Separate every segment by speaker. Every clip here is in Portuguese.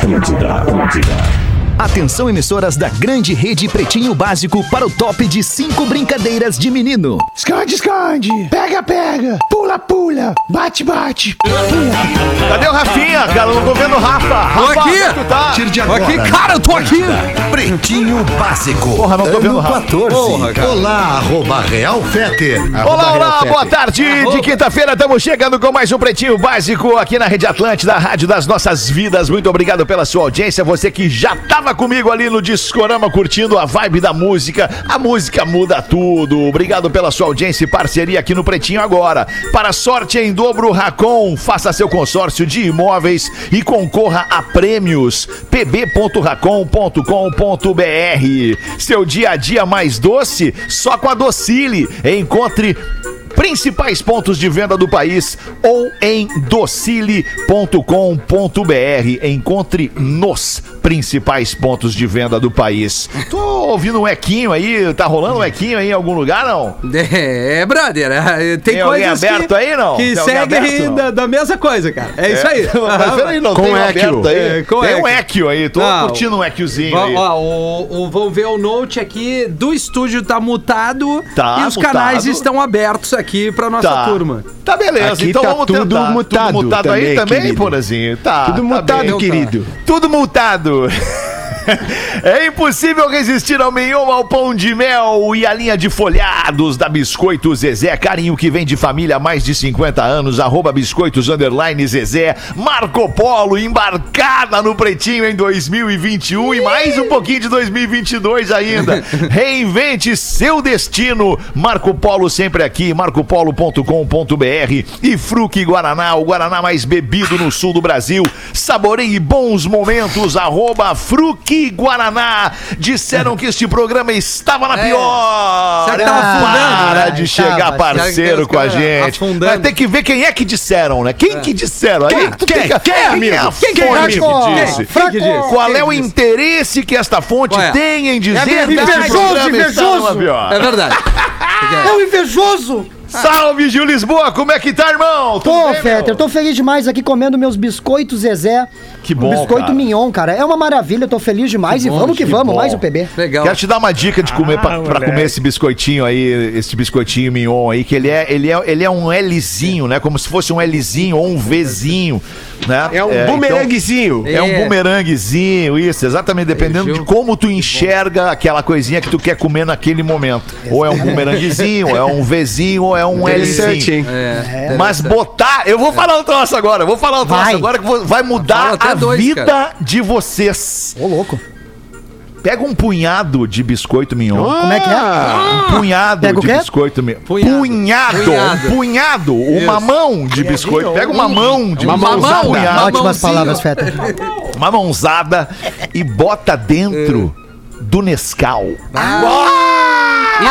Speaker 1: Atlântida, Atlântida.
Speaker 2: Atenção, emissoras da grande rede Pretinho Básico para o top de cinco brincadeiras de menino.
Speaker 3: Esconde, esconde. Pega, pega. Pula, pula. Bate, bate.
Speaker 4: Cadê o Rafinha, cara? Não tô vendo o Rafa.
Speaker 5: Tô
Speaker 4: Rafa,
Speaker 5: aqui!
Speaker 4: onde tu tá?
Speaker 6: Tire de
Speaker 5: Tô
Speaker 6: agora.
Speaker 5: aqui, cara, eu tô aqui!
Speaker 6: Pretinho Básico.
Speaker 4: Porra, não tô
Speaker 6: ano
Speaker 4: vendo o Rafa.
Speaker 6: 14.
Speaker 5: Porra, cara.
Speaker 6: Olá, arroba Real Feter.
Speaker 4: Olá, olá, boa tarde de quinta-feira, estamos chegando com mais um Pretinho Básico aqui na Rede Atlântida, a Rádio das Nossas Vidas. Muito obrigado pela sua audiência, você que já estava comigo ali no Discorama curtindo a vibe da música. A música muda tudo. Obrigado pela sua audiência e parceria aqui no Pretinho agora. Para sorte em dobro, Racon, faça seu consórcio de imóveis e concorra a prêmios. pb.racon.com.br Seu dia a dia mais doce, só com a Docile. Encontre principais pontos de venda do país ou em docile.com.br. Encontre nos principais pontos de venda do país. Tô ouvindo um equinho aí, tá rolando um equinho aí em algum lugar, não?
Speaker 5: É, brother, é, tem,
Speaker 4: Tem alguém
Speaker 5: coisas que-
Speaker 4: aberto aí, não?
Speaker 5: que
Speaker 4: Tem alguém
Speaker 5: segue
Speaker 4: aberto,
Speaker 5: aí
Speaker 4: não?
Speaker 5: da, da mesma coisa, cara. É, isso aí.
Speaker 4: Mas peraí, não
Speaker 6: Com
Speaker 4: tem um
Speaker 6: equio.
Speaker 4: aberto aí.
Speaker 5: É, com
Speaker 4: tem um
Speaker 5: equio.
Speaker 4: equio aí, tô
Speaker 5: Não.
Speaker 4: curtindo um equiozinho
Speaker 5: Vamos,
Speaker 4: aí.
Speaker 5: ó, o, o- vamos ver o note aqui do estúdio tá mutado
Speaker 4: Tá
Speaker 5: e os
Speaker 4: mutado.
Speaker 5: canais estão abertos aqui pra nossa
Speaker 4: Tá.
Speaker 5: turma.
Speaker 4: Tá beleza,
Speaker 6: Aqui
Speaker 4: então
Speaker 6: tá
Speaker 4: vamos
Speaker 6: tudo
Speaker 4: tentar.
Speaker 6: mutado
Speaker 4: tudo mutado aí
Speaker 6: também,
Speaker 4: também,
Speaker 6: querido.
Speaker 4: Porazinho? Tá.
Speaker 6: Tudo
Speaker 4: tá
Speaker 6: mutado,
Speaker 4: bem.
Speaker 6: querido.
Speaker 4: Tudo multado. É impossível resistir ao mignon, ao pão de mel e à linha de folhados da Biscoito Zezé. Carinho que vem de família há mais de 50 anos. Arroba Biscoitos Underline Zezé. Marco Polo embarcada no Pretinho em 2021 e mais um pouquinho de 2022 ainda. Reinvente seu destino. Marco Polo sempre aqui. marcopolo.com.br e Fruque Guaraná, o Guaraná mais bebido no sul do Brasil. Saboreie bons momentos, arroba Fruque Guaraná. Disseram que este programa estava na
Speaker 5: É.
Speaker 4: pior.
Speaker 5: Será que tava afundando,
Speaker 4: Para
Speaker 5: né?
Speaker 4: de
Speaker 5: Tava.
Speaker 4: chegar
Speaker 5: Será que tem
Speaker 4: parceiro
Speaker 5: os
Speaker 4: com a
Speaker 5: caras
Speaker 4: gente.
Speaker 5: afundando? É.
Speaker 4: Vai ter que ver quem é que disseram, né? Quem que disseram? Aí, tu
Speaker 6: quem,
Speaker 4: tem que-
Speaker 6: quem, amigo?
Speaker 4: Quem,
Speaker 5: Quem
Speaker 4: foi
Speaker 5: que
Speaker 4: que
Speaker 5: disse?
Speaker 4: disse?
Speaker 5: Quem que disse?
Speaker 4: Qual
Speaker 5: Quem
Speaker 4: é o
Speaker 5: disse?
Speaker 4: interesse que esta fonte
Speaker 5: Qual é?
Speaker 4: tem em dizer
Speaker 3: É
Speaker 4: que este
Speaker 3: verdade. Invejoso,
Speaker 4: programa está numa
Speaker 3: invejoso.
Speaker 4: pior?
Speaker 5: É verdade.
Speaker 3: É um invejoso.
Speaker 4: Salve, Gil Lisboa! Como é que tá, irmão? Tudo
Speaker 7: Pô,
Speaker 4: bem,
Speaker 7: Feta,
Speaker 4: meu?
Speaker 7: eu
Speaker 5: tá
Speaker 7: tô feliz demais aqui comendo meus biscoitos Zezé.
Speaker 4: Que bom,
Speaker 7: Biscoito
Speaker 4: cara.
Speaker 7: mignon, cara. É uma maravilha, eu tô feliz demais e vamos que, vamos,
Speaker 4: bom.
Speaker 7: mais um o PB.
Speaker 5: Legal.
Speaker 4: Quero te dar uma dica de
Speaker 6: Ah,
Speaker 4: comer pra, pra comer esse biscoitinho aí, esse biscoitinho mignon aí, que ele é, ele é, ele é um Lzinho, né? Como se fosse um Lzinho ou um Vzinho, né?
Speaker 6: É um
Speaker 4: então-
Speaker 6: bumeranguezinho.
Speaker 4: É um
Speaker 5: É.
Speaker 4: bumeranguezinho, isso, exatamente, dependendo
Speaker 5: Aí,
Speaker 4: de
Speaker 5: Gil.
Speaker 4: como tu enxerga aquela coisinha que tu quer comer naquele momento. Ou é um bumeranguezinho, ou é um Vzinho, ou é um
Speaker 6: Interessante,
Speaker 4: Lzinho.
Speaker 6: hein?
Speaker 5: É,
Speaker 4: Mas botar, eu vou falar o troço agora, eu vou falar o troço
Speaker 7: Vai.
Speaker 4: agora que vou- vai
Speaker 5: Fala
Speaker 4: mudar
Speaker 5: até
Speaker 4: a
Speaker 5: dois,
Speaker 4: vida
Speaker 5: cara.
Speaker 4: de vocês.
Speaker 7: Ô, louco.
Speaker 4: Pega um punhado de biscoito mignon.
Speaker 7: Como é que
Speaker 5: Ah,
Speaker 7: é?
Speaker 4: Um punhado
Speaker 7: Pega o
Speaker 4: de
Speaker 7: quê?
Speaker 4: biscoito mignon.
Speaker 5: Punhado.
Speaker 4: Punhado. Punhado.
Speaker 5: Punhado.
Speaker 4: Um punhado. Uma mão de biscoito. Pega uma mão de
Speaker 5: Uma
Speaker 4: biscoito.
Speaker 5: mãozada.
Speaker 4: punhado,
Speaker 5: Uma
Speaker 7: Ótimas
Speaker 5: mãozinha.
Speaker 7: palavras, Feta.
Speaker 4: Uma mãozada e bota dentro
Speaker 6: É.
Speaker 4: do Nescau.
Speaker 6: Ah!
Speaker 4: Ah!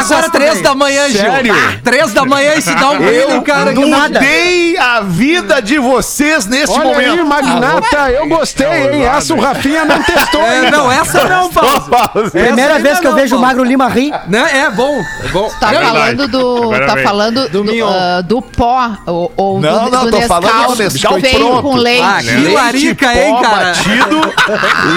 Speaker 5: Isso às três da manhã, Gil.
Speaker 6: Sério?
Speaker 5: Ah, Três da manhã e se dá um pulo, cara. que nada.
Speaker 4: Mudei a vida de vocês neste
Speaker 6: Olha aí,
Speaker 4: momento.
Speaker 6: Magnata, eu gostei, hein? Essa o Rafinha não testou
Speaker 5: É,
Speaker 6: ainda.
Speaker 5: não, essa não, Paulo.
Speaker 7: Primeira
Speaker 4: é
Speaker 5: ainda
Speaker 7: vez que eu
Speaker 5: tá não,
Speaker 7: vejo o
Speaker 5: Paulo.
Speaker 7: Magro Lima rir.
Speaker 5: Não, é bom, é bom.
Speaker 8: Tá
Speaker 5: Não,
Speaker 8: falando do.
Speaker 9: Agora
Speaker 8: tá
Speaker 9: vem.
Speaker 8: falando do,
Speaker 5: mignon.
Speaker 8: ah, do pó. Ou, ou
Speaker 4: Não,
Speaker 8: do,
Speaker 4: não,
Speaker 8: do
Speaker 4: tô falando do Nescau
Speaker 8: que veio
Speaker 4: pronto.
Speaker 8: com leite.
Speaker 5: Ah, que larica,
Speaker 4: pó
Speaker 5: hein, cara?
Speaker 4: batido,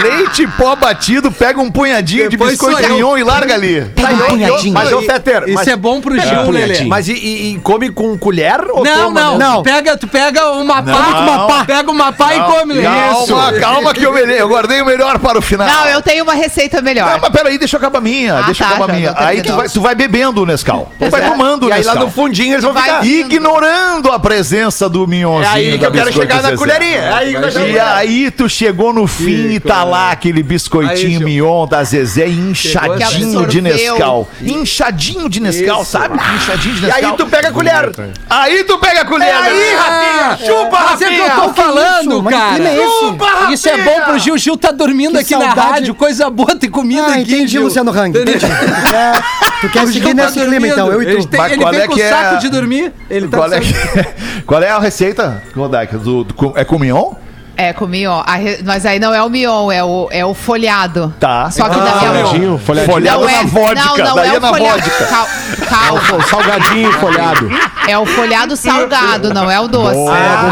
Speaker 4: leite pó batido, pega um punhadinho
Speaker 5: Depois
Speaker 4: de biscoito
Speaker 5: sou eu.
Speaker 4: mignon e larga ali.
Speaker 7: Pega um punhadinho.
Speaker 6: Mas, ô, Fetter,
Speaker 5: Isso
Speaker 6: mas, um
Speaker 5: é bom pro Gil, Lelê.
Speaker 6: mas e, e- e come com colher ou
Speaker 5: Não,
Speaker 6: toma
Speaker 5: não,
Speaker 6: mesmo?
Speaker 5: Tu pega, tu pega uma pá,
Speaker 4: Não.
Speaker 5: uma pá, pega uma pá e come, Lelê.
Speaker 4: Calma,
Speaker 5: Isso.
Speaker 4: calma que eu, melhor, eu guardei o melhor para o final.
Speaker 8: Não, eu tenho uma receita
Speaker 6: Tá.
Speaker 8: melhor.
Speaker 4: Não, mas peraí, deixa eu acabar a minha.
Speaker 8: Ah,
Speaker 4: deixa eu
Speaker 8: tá,
Speaker 4: acabar a
Speaker 8: já,
Speaker 4: minha.
Speaker 8: já
Speaker 4: Aí tu
Speaker 8: terminou.
Speaker 4: vai, tu vai bebendo o Nescau. Tu vai
Speaker 8: Exato.
Speaker 4: tomando o
Speaker 6: é. E aí
Speaker 4: Nescau.
Speaker 6: lá no fundinho eles vão
Speaker 8: Vai.
Speaker 6: ficar.
Speaker 4: Ignorando a presença do minhonzinho.
Speaker 6: É aí que
Speaker 4: da
Speaker 6: eu quero
Speaker 4: Biscoito
Speaker 6: chegar na
Speaker 4: Zezé.
Speaker 6: colherinha. É aí que eu
Speaker 4: E
Speaker 6: quero
Speaker 4: aí tu chegou no fim e tá lá aquele
Speaker 5: Aí,
Speaker 4: biscoitinho
Speaker 5: Gil.
Speaker 4: mignon da Zezé inchadinho de
Speaker 8: Absorveu.
Speaker 4: Nescau. Inchadinho de Nescau,
Speaker 5: Isso.
Speaker 4: sabe? Inchadinho de
Speaker 6: Ah. E
Speaker 4: Nescau.
Speaker 6: aí tu pega a colher. É
Speaker 4: Aí tu pega a colher. né? Ah.
Speaker 6: aí, Rafinha, chupa,
Speaker 5: Mas é que eu tô
Speaker 6: Rafinha.
Speaker 5: falando,
Speaker 7: isso? Mas Ah, que
Speaker 5: cara.
Speaker 7: clima é esse?
Speaker 6: Chupa,
Speaker 5: Isso é bom pro Gil. O Gil tá dormindo
Speaker 7: Que
Speaker 5: aqui na
Speaker 7: saudade.
Speaker 5: rádio. Coisa boa ter comida
Speaker 7: Ah,
Speaker 5: aqui,
Speaker 7: entendi,
Speaker 5: Gil.
Speaker 7: Luciano Hang.
Speaker 5: Entendi.
Speaker 7: Entendi. É, tu quer
Speaker 5: O Gil
Speaker 7: seguir
Speaker 5: tá
Speaker 7: nesse clima,
Speaker 5: dormindo.
Speaker 7: então, eu e
Speaker 5: Ele,
Speaker 7: tu.
Speaker 5: tem,
Speaker 4: Mas
Speaker 5: ele
Speaker 4: qual
Speaker 5: vem
Speaker 4: é
Speaker 5: com
Speaker 4: que é-
Speaker 5: saco de dormir. Ele tá
Speaker 4: Qual é,
Speaker 5: com
Speaker 4: que-
Speaker 5: saco-
Speaker 4: qual é a receita, Rodaica? Do- do com- é com mignon?
Speaker 8: É, com mignon. A re- Mas aí não é o mignon, é o, é o folhado.
Speaker 4: Tá.
Speaker 8: Só que da minha
Speaker 6: Ah, Folhadinho, folhadinho.
Speaker 4: Folhado
Speaker 8: Não
Speaker 4: na
Speaker 8: é-
Speaker 4: vodka.
Speaker 8: Não, não
Speaker 4: daí
Speaker 8: é
Speaker 4: é
Speaker 8: o
Speaker 4: na
Speaker 8: folhado.
Speaker 4: vodka.
Speaker 8: Cal-
Speaker 6: É o
Speaker 8: caldo.
Speaker 6: fo- salgadinho folhado.
Speaker 8: É o folhado salgado, não é o doce.
Speaker 7: é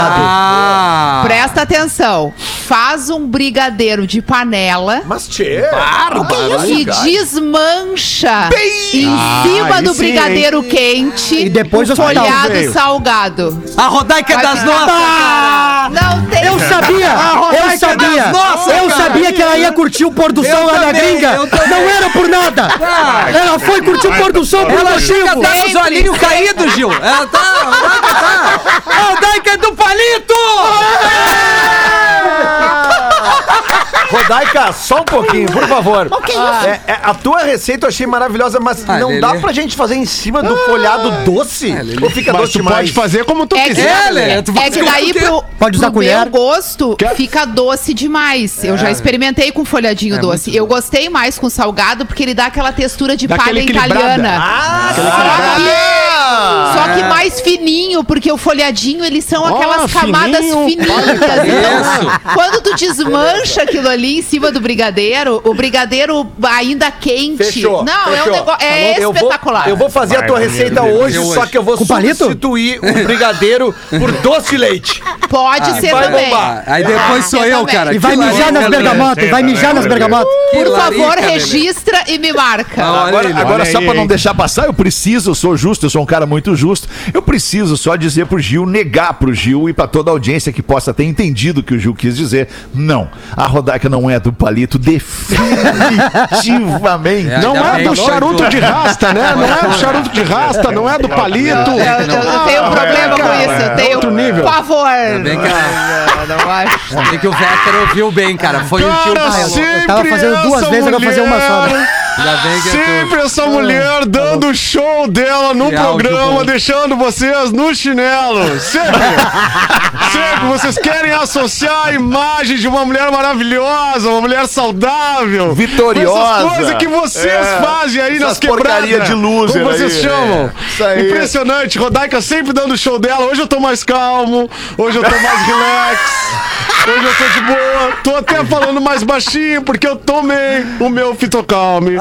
Speaker 5: Ah,
Speaker 8: Presta atenção. Faz um brigadeiro de panela
Speaker 6: Mas tchê.
Speaker 8: e desmancha em
Speaker 6: Ah,
Speaker 8: cima
Speaker 6: aí
Speaker 8: do
Speaker 6: sim,
Speaker 8: brigadeiro quente
Speaker 7: E depois
Speaker 8: o
Speaker 7: hospital,
Speaker 8: folhado
Speaker 6: veio.
Speaker 8: salgado.
Speaker 5: a Rodaica
Speaker 8: Vai
Speaker 5: das
Speaker 8: pra-
Speaker 5: nossas, cara.
Speaker 8: Não tem
Speaker 7: Eu sabia!
Speaker 5: Ah,
Speaker 6: Rodaica
Speaker 7: Eu sabia!
Speaker 6: das nossas,
Speaker 7: eu
Speaker 6: cara.
Speaker 7: sabia que ela ia curtir o pôr do sol lá na
Speaker 5: também,
Speaker 7: gringa!
Speaker 5: eu
Speaker 7: Não era por nada! Ela foi curtir o pôr do sol por
Speaker 5: Ela
Speaker 7: motivo!
Speaker 5: chega tá com os
Speaker 8: Sempre,
Speaker 5: olhinhos caídos, Gil. Ela tá. A Rodaica tá. A Rodaica é do palito!
Speaker 6: Rodaica, só um pouquinho, por
Speaker 7: Um
Speaker 6: favor. É, é, a tua receita eu achei maravilhosa, mas
Speaker 5: Ah,
Speaker 6: não
Speaker 5: Lelê.
Speaker 6: dá pra gente fazer em cima do folhado doce? Ou fica
Speaker 4: Mas
Speaker 6: doce
Speaker 4: tu
Speaker 6: demais?
Speaker 4: pode fazer como tu
Speaker 8: É que-
Speaker 4: quiser.
Speaker 5: É, Lelê, tu
Speaker 8: É
Speaker 5: faz
Speaker 8: que
Speaker 5: como
Speaker 8: daí
Speaker 5: tu quer.
Speaker 8: pro,
Speaker 7: Pode usar
Speaker 8: pro
Speaker 7: colher?
Speaker 8: meu gosto fica doce demais. Eu
Speaker 6: É.
Speaker 8: já experimentei com folhadinho doce. Eu gostei mais com salgado porque ele dá aquela textura de
Speaker 6: Dá
Speaker 8: palha
Speaker 6: aquela equilibrada.
Speaker 8: italiana.
Speaker 6: Ah,
Speaker 8: Só que mais fininho, porque o folhadinho, eles são aquelas
Speaker 6: fininho,
Speaker 8: camadas fininhas.
Speaker 5: italiana.
Speaker 8: Então, quando tu desmancha aquilo ali em cima do brigadeiro, o brigadeiro ainda quente.
Speaker 6: Fechou.
Speaker 8: Não, é um
Speaker 6: fechou.
Speaker 8: negócio. É
Speaker 6: Falou? Eu vou-
Speaker 8: espetacular.
Speaker 6: Eu vou fazer a tua receita hoje, só que eu vou
Speaker 7: Com palito?
Speaker 6: substituir o brigadeiro por doce de leite.
Speaker 8: Pode ser
Speaker 6: Ah, vai
Speaker 8: também.
Speaker 6: bombar.
Speaker 5: Aí depois sou eu, cara.
Speaker 7: E vai
Speaker 5: Que
Speaker 7: mijar nas
Speaker 5: larica,
Speaker 7: bergamotas, e vai mijar nas bergamotas.
Speaker 5: Lelê. Que
Speaker 8: Por
Speaker 5: larica,
Speaker 8: favor,
Speaker 5: Lelê.
Speaker 8: registra e me marca.
Speaker 5: Ah, olha
Speaker 4: Agora,
Speaker 5: aí,
Speaker 4: agora
Speaker 1: olha
Speaker 4: só
Speaker 1: aí,
Speaker 4: pra não
Speaker 1: hein?
Speaker 4: deixar passar, eu preciso, eu sou justo, eu sou um cara muito justo. Eu preciso só dizer pro Gil, negar pro Gil e pra toda a audiência que possa ter entendido o que o Gil quis dizer. Não, a Rodaica não é do palito, definitivamente.
Speaker 5: É,
Speaker 6: Não
Speaker 5: ainda
Speaker 6: é
Speaker 5: bem
Speaker 6: do
Speaker 5: que
Speaker 6: charuto
Speaker 5: doido.
Speaker 6: de rasta, né? Não é do charuto de rasta, não é do palito. Ah, é
Speaker 8: Eu, eu- eu tenho um problema com
Speaker 4: É
Speaker 8: isso. Eu tenho.
Speaker 6: outro nível.
Speaker 8: Por favor.
Speaker 5: bem que é ela-
Speaker 8: Não, não acho.
Speaker 5: Tem que o Véter ouviu bem, cara. Foi o Gil
Speaker 1: Cara,
Speaker 5: que falou.
Speaker 1: sempre
Speaker 7: Eu tava fazendo duas
Speaker 1: essa
Speaker 7: vezes, agora vou fazer uma só. né?
Speaker 5: Ainda bem que é tu.
Speaker 1: Sempre essa
Speaker 4: Ah, tá
Speaker 1: mulher dando o show dela no
Speaker 5: Que áudio bom.
Speaker 1: programa, deixando vocês no chinelo. Sempre. Sempre. Vocês querem associar a imagem de uma mulher maravilhosa, uma mulher saudável.
Speaker 4: Vitoriosa.
Speaker 1: Essas coisas que vocês
Speaker 4: É.
Speaker 1: fazem aí nas
Speaker 4: Essas porcaria
Speaker 1: quebradas.
Speaker 4: de loser
Speaker 1: Como vocês
Speaker 4: aí,
Speaker 1: chamam.
Speaker 4: é. Isso aí.
Speaker 1: Impressionante. Rodaica sempre dando o show dela. Hoje eu tô mais calmo. Hoje eu tô mais relax. Hoje eu tô de boa, tô até falando mais baixinho porque eu tomei o meu fitocalme.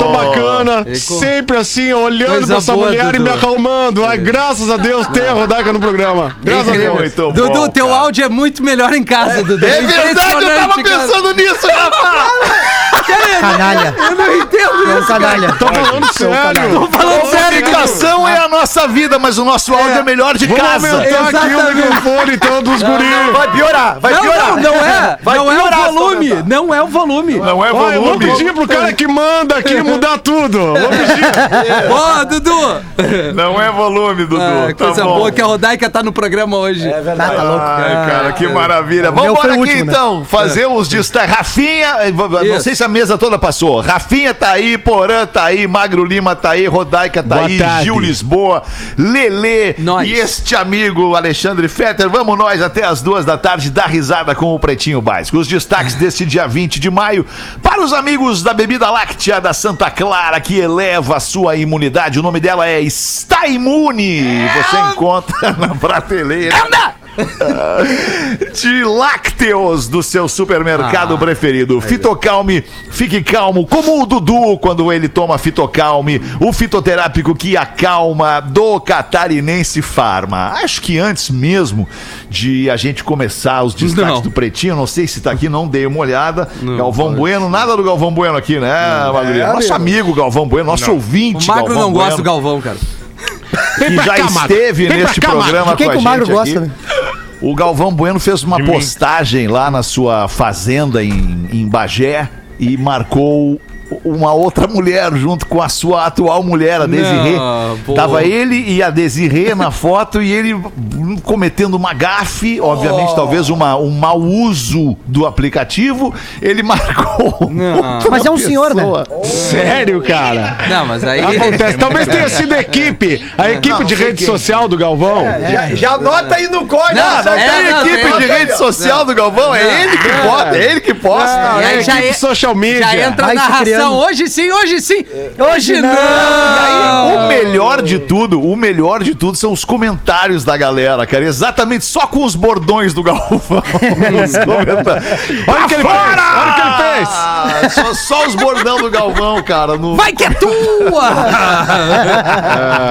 Speaker 1: Tô bacana, sempre assim, olhando
Speaker 5: Coisa
Speaker 1: pra essa
Speaker 5: boa,
Speaker 1: mulher
Speaker 5: Dudu.
Speaker 1: e me acalmando. Ai, graças a Deus tem a Rodaica no programa. Graças a Deus.
Speaker 4: Muito bom,
Speaker 5: Dudu, teu áudio é muito melhor em casa, Dudu.
Speaker 4: É verdade, eu tava
Speaker 5: Impressionante, cara.
Speaker 4: pensando nisso, rapaz!
Speaker 7: Canalha.
Speaker 5: Eu não entendo
Speaker 7: É
Speaker 5: isso.
Speaker 7: um canalha.
Speaker 1: Tô falando sério.
Speaker 5: Falando sério, Dudu.
Speaker 4: Comunicação é a nossa vida, mas o nosso áudio é, melhor de
Speaker 1: Vamos
Speaker 4: casa.
Speaker 1: aumentar aqui o
Speaker 5: Exatamente.
Speaker 1: microfone então dos guris.
Speaker 6: Vai piorar, vai
Speaker 5: Não,
Speaker 6: piorar.
Speaker 5: não, não é.
Speaker 6: Vai
Speaker 5: não é
Speaker 6: piorar,
Speaker 5: o volume. Não é o volume.
Speaker 4: Não é
Speaker 1: Olha, eu vou
Speaker 4: volume.
Speaker 1: pedir pro cara que manda aqui mudar tudo. Vou pedir.
Speaker 5: Ó, Dudu.
Speaker 4: Não é volume, Dudu.
Speaker 5: Ah,
Speaker 4: tá
Speaker 5: coisa
Speaker 4: bom.
Speaker 5: boa que a Rodaica tá no programa hoje. É verdade.
Speaker 7: Ah, tá louco.
Speaker 4: Ai, cara, que maravilha. Vamos
Speaker 7: meu foi
Speaker 4: embora
Speaker 7: o
Speaker 4: aqui
Speaker 7: último, né?
Speaker 4: então. Fazer os destaques. Rafinha, eh, v- v- não
Speaker 5: Isso.
Speaker 4: sei se a mesa toda passou. Rafinha tá aí, Porã tá aí, Magro Lima tá aí, Rodaica tá
Speaker 6: Boa
Speaker 4: aí,
Speaker 6: tarde.
Speaker 4: Gil Lisboa, Lelê
Speaker 5: Nós.
Speaker 4: e este amigo Alexandre Fetter. Vamos nós até as duas da tarde dar risada com o Pretinho Básico. Os destaques deste dia 20 de maio para os amigos da bebida láctea da Santa Clara que eleva a sua imunidade. O nome dela é Está Imune. Você encontra na prateleira de lácteos do seu
Speaker 5: Ah,
Speaker 4: supermercado preferido. Fitocalme, fique calmo, como o Dudu quando ele toma Fitocalme, o fitoterápico que acalma do Catarinense Farma. Acho que antes mesmo de a gente começar os destaques
Speaker 5: Não.
Speaker 4: do Pretinho, não sei se tá aqui, não dei uma olhada. Galvão Bueno, nada do Galvão Bueno aqui, né, Magrinho? Nosso amigo Galvão Bueno, nosso
Speaker 5: é, O
Speaker 4: ouvinte
Speaker 5: Magro
Speaker 4: Galvão
Speaker 5: não gosta do
Speaker 4: Bueno,
Speaker 5: Galvão, cara.
Speaker 4: que já esteve neste programa
Speaker 7: De quem
Speaker 4: com a
Speaker 7: que o magro
Speaker 4: gente aqui.
Speaker 7: gosta? né?
Speaker 4: O Galvão Bueno fez uma
Speaker 1: De mim.
Speaker 4: postagem lá na sua fazenda em, em Bagé e marcou uma outra mulher junto com a sua atual mulher, a Desirê.
Speaker 5: boa.
Speaker 4: Tava ele e a Desirê na foto e ele cometendo uma gafe,
Speaker 1: Oh.
Speaker 4: obviamente talvez uma, um mau uso do aplicativo, ele marcou. outra
Speaker 7: Mas é um senhor, né?
Speaker 4: pessoa.
Speaker 1: Sério, cara.
Speaker 5: Não, mas aí.
Speaker 1: Acontece. Talvez tenha sido a equipe, a equipe de rede social do Galvão.
Speaker 6: Já, já anota aí no código.
Speaker 4: Não, não
Speaker 5: é,
Speaker 4: tem
Speaker 5: não,
Speaker 4: equipe
Speaker 5: tem-
Speaker 4: de rede social do Galvão, é ele que bota, é ele que posta.
Speaker 1: Ah,
Speaker 5: E aí
Speaker 1: é
Speaker 5: já
Speaker 1: equipe
Speaker 5: é-
Speaker 1: social media.
Speaker 5: Já entra a
Speaker 7: Vai se
Speaker 5: narração.
Speaker 7: criando.
Speaker 5: Hoje sim, hoje sim.
Speaker 7: Hoje não.
Speaker 4: O melhor de tudo, o melhor de tudo são os comentários da galera, cara. Exatamente só com os bordões do Galvão. Os comentários.
Speaker 1: Olha o que ele fez! Olha o que ele fez!
Speaker 4: Ah, só, só os bordão do Galvão, cara. No...
Speaker 5: Vai que é tua!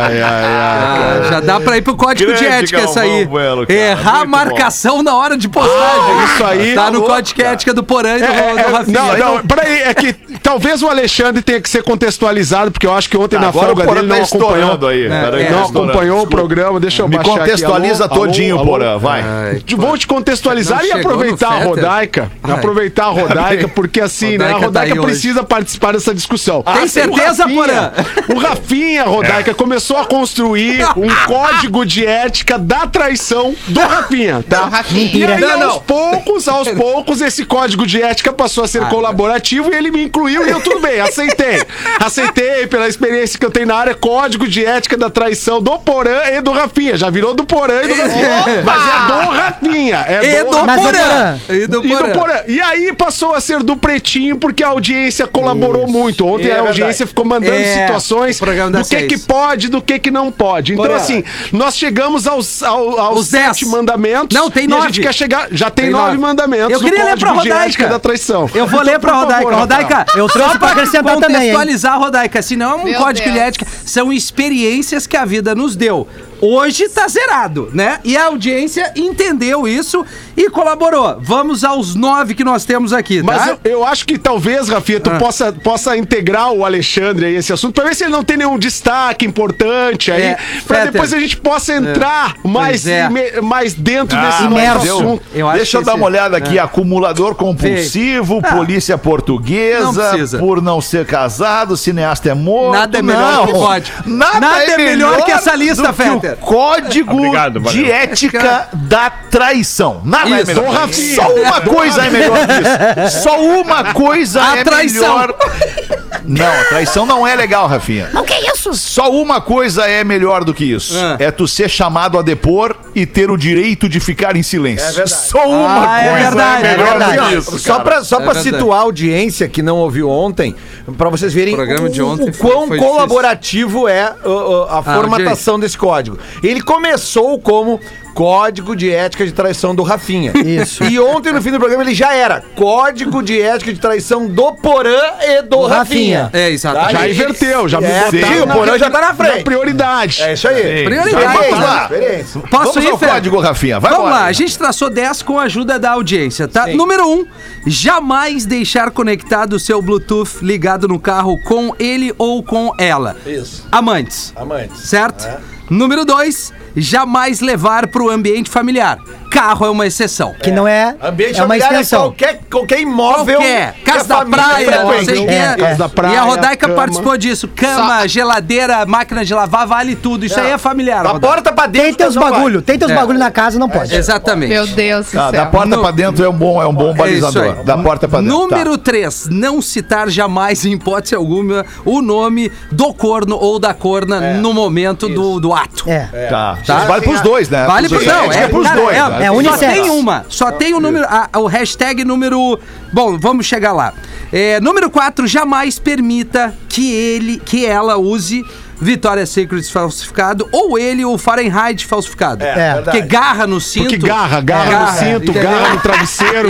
Speaker 4: Ai, ai, ai.
Speaker 5: Ah, já dá pra ir pro código
Speaker 4: Grande
Speaker 5: de ética essa aí.
Speaker 4: Galvão Bueno, cara,
Speaker 5: Errar a
Speaker 4: muito
Speaker 5: marcação na hora de postagem.
Speaker 1: Ah, isso aí,
Speaker 5: Tá
Speaker 1: tá
Speaker 5: no
Speaker 1: louco,
Speaker 5: código de ética do Porã e do,
Speaker 1: É, é,
Speaker 5: do
Speaker 1: é,
Speaker 4: assim,
Speaker 5: Rafinha.
Speaker 1: não, não, peraí, é que talvez o Alexandre tenha que ser contextualizado, porque eu acho que ontem na
Speaker 4: Agora
Speaker 1: folga
Speaker 4: o Porã
Speaker 1: dele
Speaker 4: tá
Speaker 1: não
Speaker 4: estourando
Speaker 1: acompanhou.
Speaker 4: aí. Pera aí,
Speaker 5: é,
Speaker 4: tá
Speaker 1: não
Speaker 4: estourando.
Speaker 1: acompanhou o programa, deixa eu
Speaker 4: Me
Speaker 1: baixar
Speaker 4: contextualiza
Speaker 1: aqui. Alô,
Speaker 4: todinho,
Speaker 1: alô, alô.
Speaker 4: Porã, vai.
Speaker 1: De- Vou te contextualizar
Speaker 5: Não
Speaker 1: e
Speaker 5: chegou
Speaker 1: aproveitar
Speaker 5: no
Speaker 1: a
Speaker 5: Fetter?
Speaker 1: Rodaica.
Speaker 5: Ai.
Speaker 1: Aproveitar a Rodaica, porque assim, né? A
Speaker 5: Rodaica tá
Speaker 1: Rodaica
Speaker 5: aí hoje.
Speaker 1: precisa participar dessa discussão. Ah,
Speaker 5: Tem certeza,
Speaker 1: O Rafinha-
Speaker 5: Porã?
Speaker 1: O Rafinha, Rodaica, começou a construir um código de ética da traição do Rafinha, tá?
Speaker 8: Do Rafinha.
Speaker 1: E aí,
Speaker 5: Não,
Speaker 1: aos
Speaker 5: não.
Speaker 1: poucos, aos poucos, esse código de ética passou a
Speaker 5: Ah,
Speaker 1: ser colaborativo e ele me incluiu e eu tudo bem, aceitei. Aceitei pela experiência que eu tenho na área, código de ética da traição do Porã e do Rafinha. Já virou do Porã e do Rafinha. Mas é do Rafinha. É
Speaker 5: E
Speaker 1: do
Speaker 5: do
Speaker 1: Rafinha.
Speaker 7: Mas o
Speaker 5: Porã.
Speaker 7: Porã?
Speaker 5: E do
Speaker 1: E, do
Speaker 5: Porã.
Speaker 1: Porã. E aí passou a ser do Pretinho, porque a audiência colaborou muito. Ontem
Speaker 6: É
Speaker 1: a audiência
Speaker 6: verdade.
Speaker 1: ficou mandando
Speaker 5: É,
Speaker 1: situações
Speaker 5: o programa das
Speaker 1: do que,
Speaker 5: seis.
Speaker 1: que pode, do que, que não pode. Então,
Speaker 6: Porã.
Speaker 1: assim, nós chegamos aos, ao- aos
Speaker 5: Os dez.
Speaker 1: sete mandamentos.
Speaker 5: Não, tem
Speaker 1: e
Speaker 5: nove.
Speaker 1: A gente quer chegar. Já tem,
Speaker 5: Tem
Speaker 1: nove
Speaker 5: nove.
Speaker 1: mandamentos.
Speaker 5: Eu
Speaker 1: do
Speaker 5: queria ler
Speaker 1: Código
Speaker 5: pra
Speaker 1: de Ética
Speaker 5: Rodaica.
Speaker 1: da traição. Então,
Speaker 5: Eu vou ler pra
Speaker 1: por
Speaker 5: Rodaica.
Speaker 1: favor,
Speaker 5: Rodaica,
Speaker 7: Eu trouxe
Speaker 5: só
Speaker 7: pra acrescentar também, hein?
Speaker 5: contextualizar, Rodaica, se não é um
Speaker 8: Meu
Speaker 5: código
Speaker 8: Deus.
Speaker 5: de ética, são experiências que a vida nos deu. Hoje tá zerado, né? E a audiência entendeu isso e colaborou. Vamos aos nove que nós temos aqui, tá?
Speaker 1: Mas eu, eu acho que talvez, Rafinha,
Speaker 5: Ah.
Speaker 1: tu possa, possa integrar o Alexandre aí esse assunto, pra ver se ele não tem nenhum destaque importante aí,
Speaker 5: É,
Speaker 1: pra
Speaker 5: Fetter.
Speaker 1: depois a gente possa entrar mais,
Speaker 5: Pois é.
Speaker 1: me- mais dentro
Speaker 4: Ah,
Speaker 1: desse
Speaker 4: mas
Speaker 1: nosso
Speaker 4: eu-
Speaker 1: assunto.
Speaker 5: Eu acho
Speaker 4: Deixa
Speaker 5: que
Speaker 4: eu dar
Speaker 5: esse- é.
Speaker 4: uma olhada aqui. Acumulador compulsivo,
Speaker 5: Ah,
Speaker 4: polícia
Speaker 5: não
Speaker 4: portuguesa,
Speaker 5: precisa.
Speaker 4: por não ser casado, cineasta é morto.
Speaker 5: Nada é melhor
Speaker 4: não.
Speaker 5: que pode.
Speaker 4: Nada,
Speaker 5: Nada
Speaker 4: é,
Speaker 5: é melhor que essa lista,
Speaker 4: do que o
Speaker 5: Fetter.
Speaker 4: Código
Speaker 9: Obrigado, valeu.
Speaker 4: de ética da traição. Nada é
Speaker 5: Isso.
Speaker 4: melhor.
Speaker 5: Ô,
Speaker 1: Rafinha.
Speaker 4: Só uma coisa é melhor que isso. Só uma coisa
Speaker 5: A
Speaker 4: é
Speaker 5: traição.
Speaker 4: melhor. Não, a traição não é legal, Rafinha.
Speaker 7: Não, que é isso?
Speaker 4: Só uma coisa é melhor do que isso.
Speaker 5: Ah.
Speaker 4: É tu ser chamado a depor e ter o direito de ficar em silêncio.
Speaker 6: É
Speaker 4: Só uma
Speaker 5: Ah, é
Speaker 4: coisa
Speaker 5: verdade, é
Speaker 4: melhor do
Speaker 6: Verdade.
Speaker 4: que isso.
Speaker 6: só
Speaker 4: cara.
Speaker 6: pra, só
Speaker 5: É
Speaker 6: pra
Speaker 5: verdade.
Speaker 6: situar a audiência que não ouviu ontem, pra vocês verem
Speaker 5: O programa de ontem
Speaker 6: o
Speaker 5: foi-
Speaker 6: quão
Speaker 5: foi difícil.
Speaker 6: colaborativo é ó, ó, a formatação desse código. Ele começou como Código de Ética de Traição do Rafinha.
Speaker 7: Isso.
Speaker 6: E ontem, no fim do programa, ele já era Código de Ética de Traição do Porã e do,
Speaker 7: Do
Speaker 6: Rafinha.
Speaker 7: Rafinha.
Speaker 5: É, exato.
Speaker 6: Tá,
Speaker 1: Já
Speaker 6: e-
Speaker 1: inverteu, já me
Speaker 6: É,
Speaker 1: botaram
Speaker 6: sim, o
Speaker 1: na-
Speaker 6: Porã já tá na frente.
Speaker 1: prioridade.
Speaker 6: É isso aí.
Speaker 5: Prioridade.
Speaker 6: Diferente,
Speaker 4: Vamos lá.
Speaker 6: diferente.
Speaker 5: Posso
Speaker 4: Vamos
Speaker 5: ir,
Speaker 4: ao
Speaker 5: Fer?
Speaker 4: código, Rafinha. Vai
Speaker 5: Vamos
Speaker 4: embora.
Speaker 5: lá, a gente traçou 10 com a ajuda da audiência, tá?
Speaker 6: Sim.
Speaker 5: Número 1, um, jamais deixar conectado o seu Bluetooth ligado no carro com ele ou com ela.
Speaker 6: Isso.
Speaker 5: Amantes,
Speaker 6: Amantes.
Speaker 5: certo? Número 2, jamais levar para o ambiente familiar. Carro é uma exceção.
Speaker 7: Que não é.
Speaker 6: Ambiente
Speaker 7: é uma
Speaker 6: familiar
Speaker 7: extensão.
Speaker 6: qualquer, qualquer imóvel.
Speaker 1: um
Speaker 5: Qualquer,
Speaker 1: é
Speaker 6: que a
Speaker 5: é? casa da
Speaker 6: família
Speaker 5: praia, não
Speaker 6: frequente.
Speaker 5: sei o quê.
Speaker 7: É, casa
Speaker 1: da praia,
Speaker 5: e a Rodaica
Speaker 1: cama.
Speaker 5: participou disso. Cama, geladeira, máquina de lavar, vale tudo. Isso aí é familiar,
Speaker 6: Da
Speaker 5: Rodaica.
Speaker 6: porta pra dentro.
Speaker 7: Tem teus
Speaker 6: não vai.
Speaker 7: bagulho, tem teus
Speaker 5: É.
Speaker 7: bagulho na casa, não pode.
Speaker 5: Exatamente.
Speaker 8: Meu Deus do
Speaker 4: Ah,
Speaker 8: céu.
Speaker 4: da porta
Speaker 5: No-
Speaker 4: pra dentro é um bom, é um bom balizador.
Speaker 5: isso aí.
Speaker 4: da porta pra dentro. tá.
Speaker 5: Número 3. Não citar jamais, em hipótese alguma, o nome do corno ou da corna no momento do, do ato.
Speaker 7: É.
Speaker 4: Tá. Isso
Speaker 5: Tá.
Speaker 4: Vale pros dois, né?
Speaker 5: Vale pro
Speaker 4: pros
Speaker 5: não,
Speaker 4: é, pros
Speaker 5: cara,
Speaker 4: dois.
Speaker 5: É,
Speaker 4: né?
Speaker 7: é
Speaker 5: só
Speaker 7: unissex.
Speaker 5: tem uma, só tem o número, a- a- o hashtag número. Bom, vamos chegar lá. É, número 4, jamais permita que ele, que ela use Vitória Secrets falsificado ou ele o Fahrenheit falsificado.
Speaker 7: É.
Speaker 5: Porque garra no cinto.
Speaker 1: Porque garra, garra no cinto,
Speaker 5: entendeu?
Speaker 1: garra no travesseiro.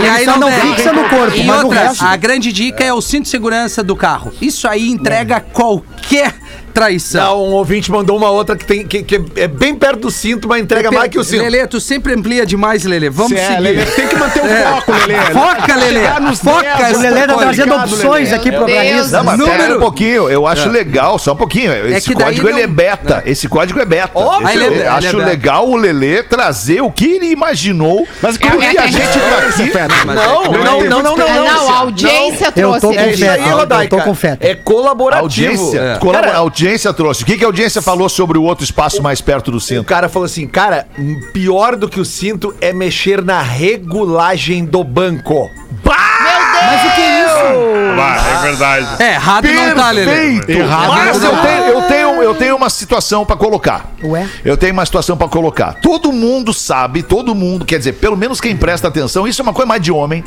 Speaker 5: E aí
Speaker 7: só não
Speaker 5: deve.
Speaker 7: fixa no corpo,
Speaker 5: um E
Speaker 7: mas no
Speaker 5: outra,
Speaker 7: resto-
Speaker 5: a grande dica é o cinto de segurança do carro. Isso aí entrega qualquer
Speaker 6: Tá,
Speaker 5: traição.
Speaker 6: um ouvinte mandou uma outra que, tem, que, que é bem perto do cinto, mas entrega mais que o cinto.
Speaker 5: Lelê, tu sempre amplia demais, Lelê. Vamos
Speaker 1: É,
Speaker 5: seguir. É.
Speaker 1: Lelê, tem que manter o foco, Lelê.
Speaker 5: Foca, Lelê.
Speaker 1: Chegar nos
Speaker 5: Foca.
Speaker 1: dez,
Speaker 5: esse
Speaker 7: O Lelê tá
Speaker 5: código.
Speaker 7: trazendo
Speaker 1: complicado,
Speaker 7: opções
Speaker 1: Lelê.
Speaker 7: aqui
Speaker 8: Meu
Speaker 7: pro
Speaker 8: Deus.
Speaker 7: Brasil.
Speaker 4: Não, mas
Speaker 5: Número-
Speaker 4: pera um pouquinho, eu acho legal, só um pouquinho. Esse
Speaker 5: que daí
Speaker 4: código ele é
Speaker 5: não-
Speaker 4: beta, esse código é beta.
Speaker 5: Óbvio,
Speaker 4: Esse-
Speaker 5: ele é- ele é
Speaker 4: acho
Speaker 5: beta.
Speaker 4: legal o Lelê trazer o que ele imaginou.
Speaker 1: Mas
Speaker 4: porque
Speaker 1: como é que
Speaker 4: a
Speaker 8: é
Speaker 4: gente
Speaker 8: isso?
Speaker 4: tá aqui.
Speaker 5: Mas
Speaker 6: Não,
Speaker 5: é-
Speaker 6: não, não, não, não, não.
Speaker 8: É, não, a
Speaker 6: Luciano.
Speaker 8: audiência
Speaker 7: eu
Speaker 8: trouxe.
Speaker 7: tô
Speaker 8: ele.
Speaker 7: com
Speaker 6: É isso aí,
Speaker 7: Eu tô
Speaker 6: Rodaica.
Speaker 7: com fé.
Speaker 6: É
Speaker 4: A
Speaker 6: colaborativo.
Speaker 4: audiência,
Speaker 6: É.
Speaker 4: colabora-
Speaker 6: Cara,
Speaker 4: a audiência trouxe. O que, que a audiência falou sobre o outro espaço mais perto do
Speaker 6: o
Speaker 4: centro?
Speaker 6: cara falou assim, cara, pior do que o cinto é mexer na regulagem do banco.
Speaker 7: Mas o que é isso?
Speaker 9: Vai, é verdade.
Speaker 5: É, errado não tá, Lelê.
Speaker 1: Errado.
Speaker 4: Mas eu tenho, eu, tenho, eu tenho uma situação pra colocar.
Speaker 7: Ué?
Speaker 4: Eu tenho uma situação pra colocar. Todo mundo sabe, todo mundo, quer dizer, pelo menos quem presta atenção, isso é uma coisa mais de homem.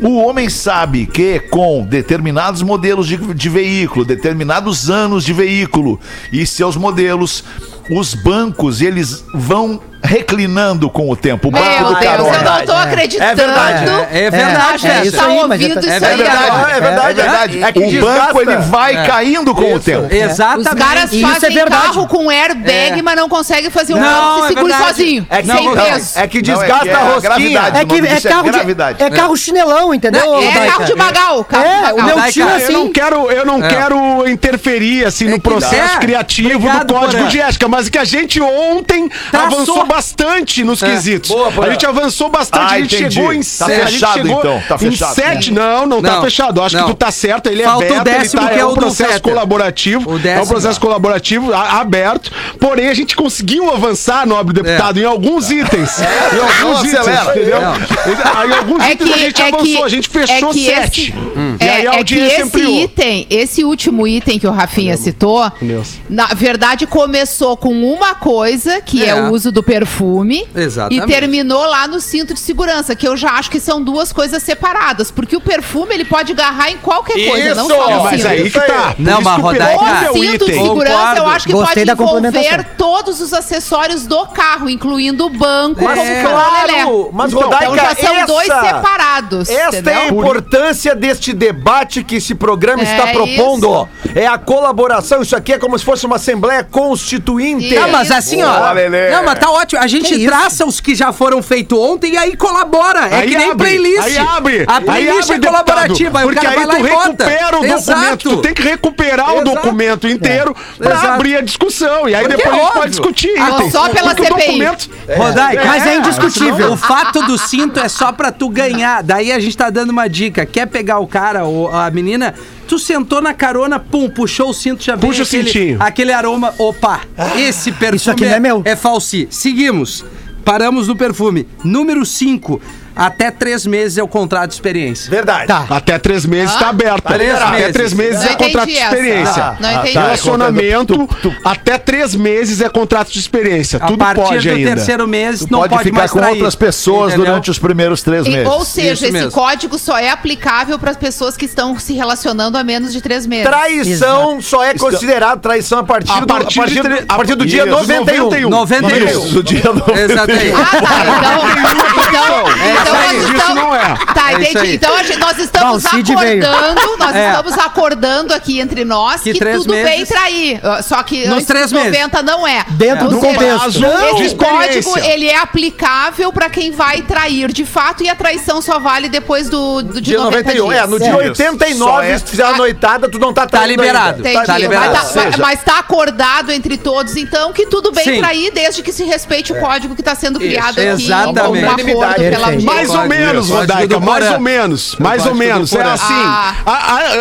Speaker 4: O homem sabe que com determinados modelos de, de veículo, determinados anos de veículo e seus modelos, os bancos, eles vão reclinando com o tempo. O barco
Speaker 8: Meu
Speaker 4: do
Speaker 8: Deus, eu
Speaker 4: Carona.
Speaker 8: não tô acreditando.
Speaker 6: verdade.
Speaker 5: É, é verdade,
Speaker 8: A
Speaker 5: é
Speaker 8: gente
Speaker 5: isso
Speaker 8: tá
Speaker 7: aí, mas é
Speaker 8: ouvindo isso
Speaker 7: verdade.
Speaker 8: aí.
Speaker 5: É verdade,
Speaker 8: agora.
Speaker 6: É verdade, é verdade. É que
Speaker 4: O banco ele vai
Speaker 5: É.
Speaker 4: caindo com o tempo.
Speaker 8: Os
Speaker 5: Exatamente.
Speaker 8: caras
Speaker 7: Isso é
Speaker 8: fazem
Speaker 7: verdade.
Speaker 8: carro com airbag,
Speaker 5: É.
Speaker 8: mas não conseguem fazer um
Speaker 5: Não,
Speaker 8: carro que
Speaker 5: é
Speaker 8: se segure
Speaker 5: verdade.
Speaker 8: sozinho.
Speaker 6: É que,
Speaker 8: sem
Speaker 5: não,
Speaker 6: não,
Speaker 8: peso.
Speaker 6: é que desgasta
Speaker 4: é
Speaker 6: a
Speaker 4: a
Speaker 6: rosquinha.
Speaker 4: gravidade.
Speaker 7: É
Speaker 4: O
Speaker 7: que
Speaker 4: nome
Speaker 7: é
Speaker 4: disso é
Speaker 7: carro,
Speaker 4: gravidade.
Speaker 7: de, é carro chinelão, entendeu?
Speaker 8: Não, é
Speaker 7: Rodaica?
Speaker 8: carro de bagal, carro
Speaker 7: É,
Speaker 8: de
Speaker 7: o meu
Speaker 8: bagal.
Speaker 1: Ai,
Speaker 7: tio,
Speaker 1: cara, eu
Speaker 7: assim-
Speaker 1: não quero, eu não
Speaker 5: É.
Speaker 1: quero interferir assim
Speaker 5: É
Speaker 1: no
Speaker 5: que
Speaker 1: processo
Speaker 5: dá.
Speaker 1: criativo
Speaker 5: Obrigado,
Speaker 1: do código
Speaker 5: Porã.
Speaker 1: de ética, mas que a gente ontem
Speaker 5: Traçou.
Speaker 1: avançou bastante nos
Speaker 5: É.
Speaker 1: quesitos.
Speaker 6: Boa, Porã.
Speaker 1: a gente avançou bastante,
Speaker 4: Ah,
Speaker 1: a gente
Speaker 4: entendi.
Speaker 1: chegou em
Speaker 4: Tá
Speaker 1: sete.
Speaker 4: fechado,
Speaker 1: a gente chegou
Speaker 4: então. Tá
Speaker 1: em
Speaker 4: fechado.
Speaker 1: sete. Não,
Speaker 5: Não.
Speaker 1: não, tá fechado. Eu Acho
Speaker 5: Não.
Speaker 1: que tu tá certo. Ele
Speaker 5: Falta o
Speaker 1: é aberto,
Speaker 5: décimo,
Speaker 1: ele tá,
Speaker 5: que é
Speaker 1: é um
Speaker 5: o do
Speaker 1: processo
Speaker 5: Fetter.
Speaker 1: colaborativo.
Speaker 5: O
Speaker 1: é
Speaker 5: décimo.
Speaker 1: um processo colaborativo a- aberto. Porém, a gente conseguiu avançar, nobre
Speaker 5: É.
Speaker 1: deputado, em alguns itens. Em alguns itens,
Speaker 4: acelera.
Speaker 1: entendeu?
Speaker 5: Não.
Speaker 1: Em alguns itens a gente avançou, a gente fechou
Speaker 8: é que
Speaker 1: sete.
Speaker 8: esse-
Speaker 1: E
Speaker 8: é,
Speaker 1: aí
Speaker 8: é
Speaker 1: a
Speaker 8: que
Speaker 1: audiência
Speaker 8: esse
Speaker 1: ampliou.
Speaker 8: item, esse último item que o Rafinha citou,
Speaker 1: Deus.
Speaker 8: na verdade começou com uma coisa, que é,
Speaker 5: É.
Speaker 8: o uso do perfume,
Speaker 5: Exatamente.
Speaker 8: e terminou lá no cinto de segurança, que eu já acho que são duas coisas separadas, porque o perfume ele pode agarrar em qualquer coisa, não assim, né? só
Speaker 1: É,
Speaker 8: no
Speaker 1: mas
Speaker 8: cinto.
Speaker 1: aí que tá. Por
Speaker 5: Não,
Speaker 1: isso
Speaker 5: mas
Speaker 1: que o
Speaker 5: Rodaica-
Speaker 1: perfume é
Speaker 8: O
Speaker 1: o
Speaker 8: cinto de
Speaker 1: item.
Speaker 8: segurança, eu
Speaker 5: Concordo.
Speaker 8: acho que
Speaker 7: Gostei da
Speaker 8: pode envolver
Speaker 7: complementação.
Speaker 8: todos os acessórios do carro, incluindo o banco,
Speaker 5: É,
Speaker 8: como
Speaker 6: Claro, mas Rodaica,
Speaker 8: Então já são
Speaker 6: essa,
Speaker 8: dois separados.
Speaker 6: Esta é a
Speaker 8: entendeu?
Speaker 6: importância deste debate que esse programa está
Speaker 8: É
Speaker 6: propondo. É a colaboração, isso aqui é como se fosse uma assembleia constituinte.
Speaker 8: Isso.
Speaker 5: Não, mas assim, ó.
Speaker 4: Boa, Lelê.
Speaker 5: Não, mas tá ótimo. A gente traça os que já foram feitos ontem e aí colabora. É
Speaker 1: Aí
Speaker 5: que nem
Speaker 1: abre,
Speaker 5: playlist.
Speaker 1: Aí abre.
Speaker 5: A
Speaker 1: aí
Speaker 5: playlist
Speaker 1: abre,
Speaker 5: é colaborativa.
Speaker 1: deputado,
Speaker 5: Aí o
Speaker 1: porque
Speaker 5: cara
Speaker 1: aí
Speaker 5: vai
Speaker 1: tu
Speaker 5: lá e vota.
Speaker 1: recupera o documento. Tu tem que recuperar o
Speaker 5: Exato. É.
Speaker 1: documento inteiro pra
Speaker 5: Exato.
Speaker 1: abrir a discussão. E aí
Speaker 5: Porque
Speaker 1: depois
Speaker 5: é
Speaker 1: a gente
Speaker 5: óbvio.
Speaker 1: pode discutir.
Speaker 8: Ah,
Speaker 1: itens.
Speaker 8: só pela
Speaker 1: Porque o
Speaker 8: CPI.
Speaker 1: documento...
Speaker 5: Rodaica,
Speaker 7: Mas é
Speaker 5: Não, O
Speaker 7: indiscutível.
Speaker 5: fato do cinto é só pra tu ganhar. Daí a gente tá dando uma dica. Quer pegar o cara ou a menina? Tu sentou na carona, pum, puxou o cinto, já veio
Speaker 1: Puxa o
Speaker 5: aquele,
Speaker 1: cintinho.
Speaker 5: aquele aroma. Opa, esse perfume
Speaker 7: isso aqui não é meu.
Speaker 5: É falsi. Seguimos. Paramos no perfume. Número 5. Até três meses é o contrato de experiência.
Speaker 1: é
Speaker 6: Verdade.
Speaker 7: Tá.
Speaker 1: Até três meses tá aberta.
Speaker 5: liberado.
Speaker 1: Até três
Speaker 8: Não
Speaker 1: meses é contrato de
Speaker 8: entendi essa. Ah.
Speaker 1: experiência. Ah, é
Speaker 8: Não
Speaker 4: Ah, é
Speaker 8: entendi.
Speaker 1: Relacionamento, até três meses é contrato de experiência.
Speaker 5: A
Speaker 1: Tudo
Speaker 5: partir
Speaker 1: pode
Speaker 5: do
Speaker 1: ainda.
Speaker 5: terceiro mês, não
Speaker 4: Pode,
Speaker 5: pode
Speaker 4: ficar
Speaker 5: mais
Speaker 4: com
Speaker 5: trair.
Speaker 4: outras pessoas
Speaker 5: Entendeu?
Speaker 4: durante os primeiros três
Speaker 8: E-
Speaker 4: meses.
Speaker 8: ou seja,
Speaker 5: Isso
Speaker 8: esse
Speaker 5: mesmo.
Speaker 8: código só é aplicável para as pessoas que estão se relacionando há menos de três meses.
Speaker 6: Traição só é considerado traição a partir,
Speaker 1: A
Speaker 6: do,
Speaker 1: partir
Speaker 6: a partir,
Speaker 1: de-
Speaker 6: do, a partir do dia
Speaker 4: Isso,
Speaker 1: 91.
Speaker 6: 91.
Speaker 5: 91.
Speaker 4: Isso, o dia do...
Speaker 5: Exato aí.
Speaker 8: Ah, tá. Então, então, então
Speaker 5: É
Speaker 8: nós
Speaker 5: isso aí.
Speaker 1: Isso não
Speaker 8: estamos.
Speaker 1: é.
Speaker 5: É
Speaker 8: Tá,
Speaker 5: isso
Speaker 8: entendi.
Speaker 5: aí.
Speaker 8: Então a gente- nós estamos
Speaker 7: Bom, o Cid veio.
Speaker 8: acordando, nós
Speaker 5: É.
Speaker 8: estamos acordando aqui entre nós
Speaker 5: Que
Speaker 8: que,
Speaker 5: três
Speaker 8: tudo bem
Speaker 5: meses-
Speaker 8: trair. ah, Só que
Speaker 5: Nos
Speaker 8: antes
Speaker 5: três
Speaker 8: dos
Speaker 5: meses.
Speaker 8: 90 não é.
Speaker 7: Dentro
Speaker 8: Ou
Speaker 7: do
Speaker 8: seja,
Speaker 7: contexto.
Speaker 1: de
Speaker 8: Esse
Speaker 1: experiência.
Speaker 8: código ele é aplicável para quem vai trair de fato e a traição só vale depois do, do de
Speaker 6: Dia
Speaker 5: um,
Speaker 8: 90
Speaker 6: 91.
Speaker 8: dias.
Speaker 6: É, no dia
Speaker 4: Isso.
Speaker 6: 89,
Speaker 4: Só é-
Speaker 6: se tu fizer uma noitada, tu não tá
Speaker 5: Tá
Speaker 6: traindo
Speaker 5: liberado.
Speaker 6: ainda.
Speaker 8: Entendi.
Speaker 5: Tá liberado.
Speaker 8: Mas, tá, mas- mas tá acordado entre todos, então, que tudo bem
Speaker 5: Sim.
Speaker 8: trair, desde que se respeite o código que está sendo criado aqui.
Speaker 5: exatamente.
Speaker 8: Um acordo, pelo amor de
Speaker 7: Perfeito.
Speaker 1: Mais um ou
Speaker 5: Código-
Speaker 1: menos,
Speaker 5: Código
Speaker 1: Rodaica,
Speaker 5: do
Speaker 1: mais
Speaker 5: Porã.
Speaker 1: ou menos, mais ou
Speaker 5: Código do
Speaker 1: menos. É
Speaker 5: Porã.
Speaker 1: assim.
Speaker 8: Ah.
Speaker 1: a-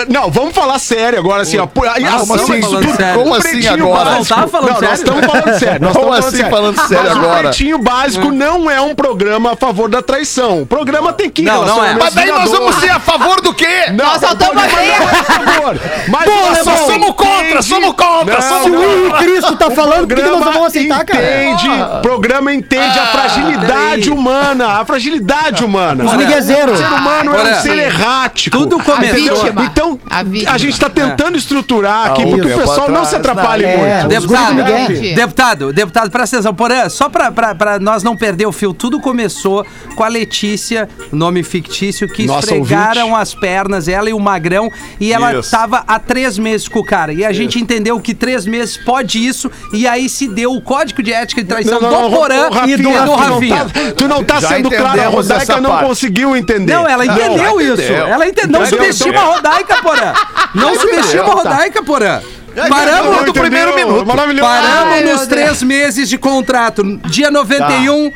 Speaker 1: a- não, vamos falar sério agora, assim, ó. Por,
Speaker 5: Ah,
Speaker 1: assim,
Speaker 5: como assim?
Speaker 1: isso tudo-
Speaker 5: Sério.
Speaker 1: o
Speaker 4: Como assim
Speaker 1: pretinho
Speaker 4: agora?
Speaker 5: Não, tava falando
Speaker 1: Não, nós
Speaker 5: sério.
Speaker 1: estamos falando sério. Nós
Speaker 4: Como
Speaker 1: estamos
Speaker 4: assim falando sério
Speaker 1: Mas
Speaker 4: agora?
Speaker 1: O pretinho básico não é um programa a favor da traição. O programa tem que ir
Speaker 5: Não, não é.
Speaker 1: relacionamento
Speaker 4: Mas daí nós
Speaker 1: duradouro.
Speaker 4: vamos ser a favor do quê?
Speaker 1: Não,
Speaker 8: Nós só
Speaker 1: o programa
Speaker 8: estamos aí.
Speaker 1: não é a favor. Mas
Speaker 7: Porra,
Speaker 1: nós
Speaker 7: irmão,
Speaker 1: somos contra, somos contra,
Speaker 7: Se o Cristo tá falando, por que que nós não vamos aceitar,
Speaker 1: entende,
Speaker 7: cara?
Speaker 1: programa entende a fragilidade
Speaker 5: peraí.
Speaker 1: humana, a fragilidade humana.
Speaker 7: Os miguezeiros.
Speaker 1: O ser humano é
Speaker 5: Olha,
Speaker 1: um ser errático.
Speaker 5: Ah, tudo começou- É.
Speaker 1: Entendeu?
Speaker 8: A vítima.
Speaker 1: Então,
Speaker 8: A vítima.
Speaker 1: a gente está tentando estruturar aqui,
Speaker 4: Ah,
Speaker 1: porque
Speaker 4: isso.
Speaker 1: o pessoal não se atrapalhe
Speaker 7: É,
Speaker 1: muito.
Speaker 7: Os guris do
Speaker 5: Deputado,
Speaker 7: Miguel.
Speaker 5: deputado, deputado, deputado, presta atenção. Porã, só pra, pra, pra nós não perder o fio, tudo começou com a Letícia, nome fictício, que
Speaker 1: Nossa
Speaker 5: esfregaram as pernas, ela e o Magrão, e ela
Speaker 4: Isso.
Speaker 5: tava há três meses com o cara. E a gente entendeu que três meses pode isso, e aí se deu o código de ética de traição do é um Porã
Speaker 1: o Rafinha,
Speaker 5: e do,
Speaker 1: tu
Speaker 5: do
Speaker 1: não tá-
Speaker 5: Rafinha.
Speaker 1: Tu não tá
Speaker 4: Já
Speaker 1: sendo claro, a
Speaker 4: entendemos
Speaker 1: Rodaica
Speaker 4: essa
Speaker 1: não
Speaker 4: parte.
Speaker 1: conseguiu entender.
Speaker 5: Não, ela entendeu
Speaker 4: ela
Speaker 5: isso.
Speaker 4: entendeu.
Speaker 5: Ela entendeu. Não
Speaker 1: Entendeu,
Speaker 5: subestima a Rodaica, Porã. Não subestima a Rodaica, Porã. Paramos
Speaker 1: entendeu,
Speaker 5: do primeiro
Speaker 1: entendeu,
Speaker 5: minuto.
Speaker 1: maravilhoso.
Speaker 8: Ai,
Speaker 5: Paramos
Speaker 8: meu
Speaker 5: nos
Speaker 8: Deus.
Speaker 5: três meses de contrato. Dia 91,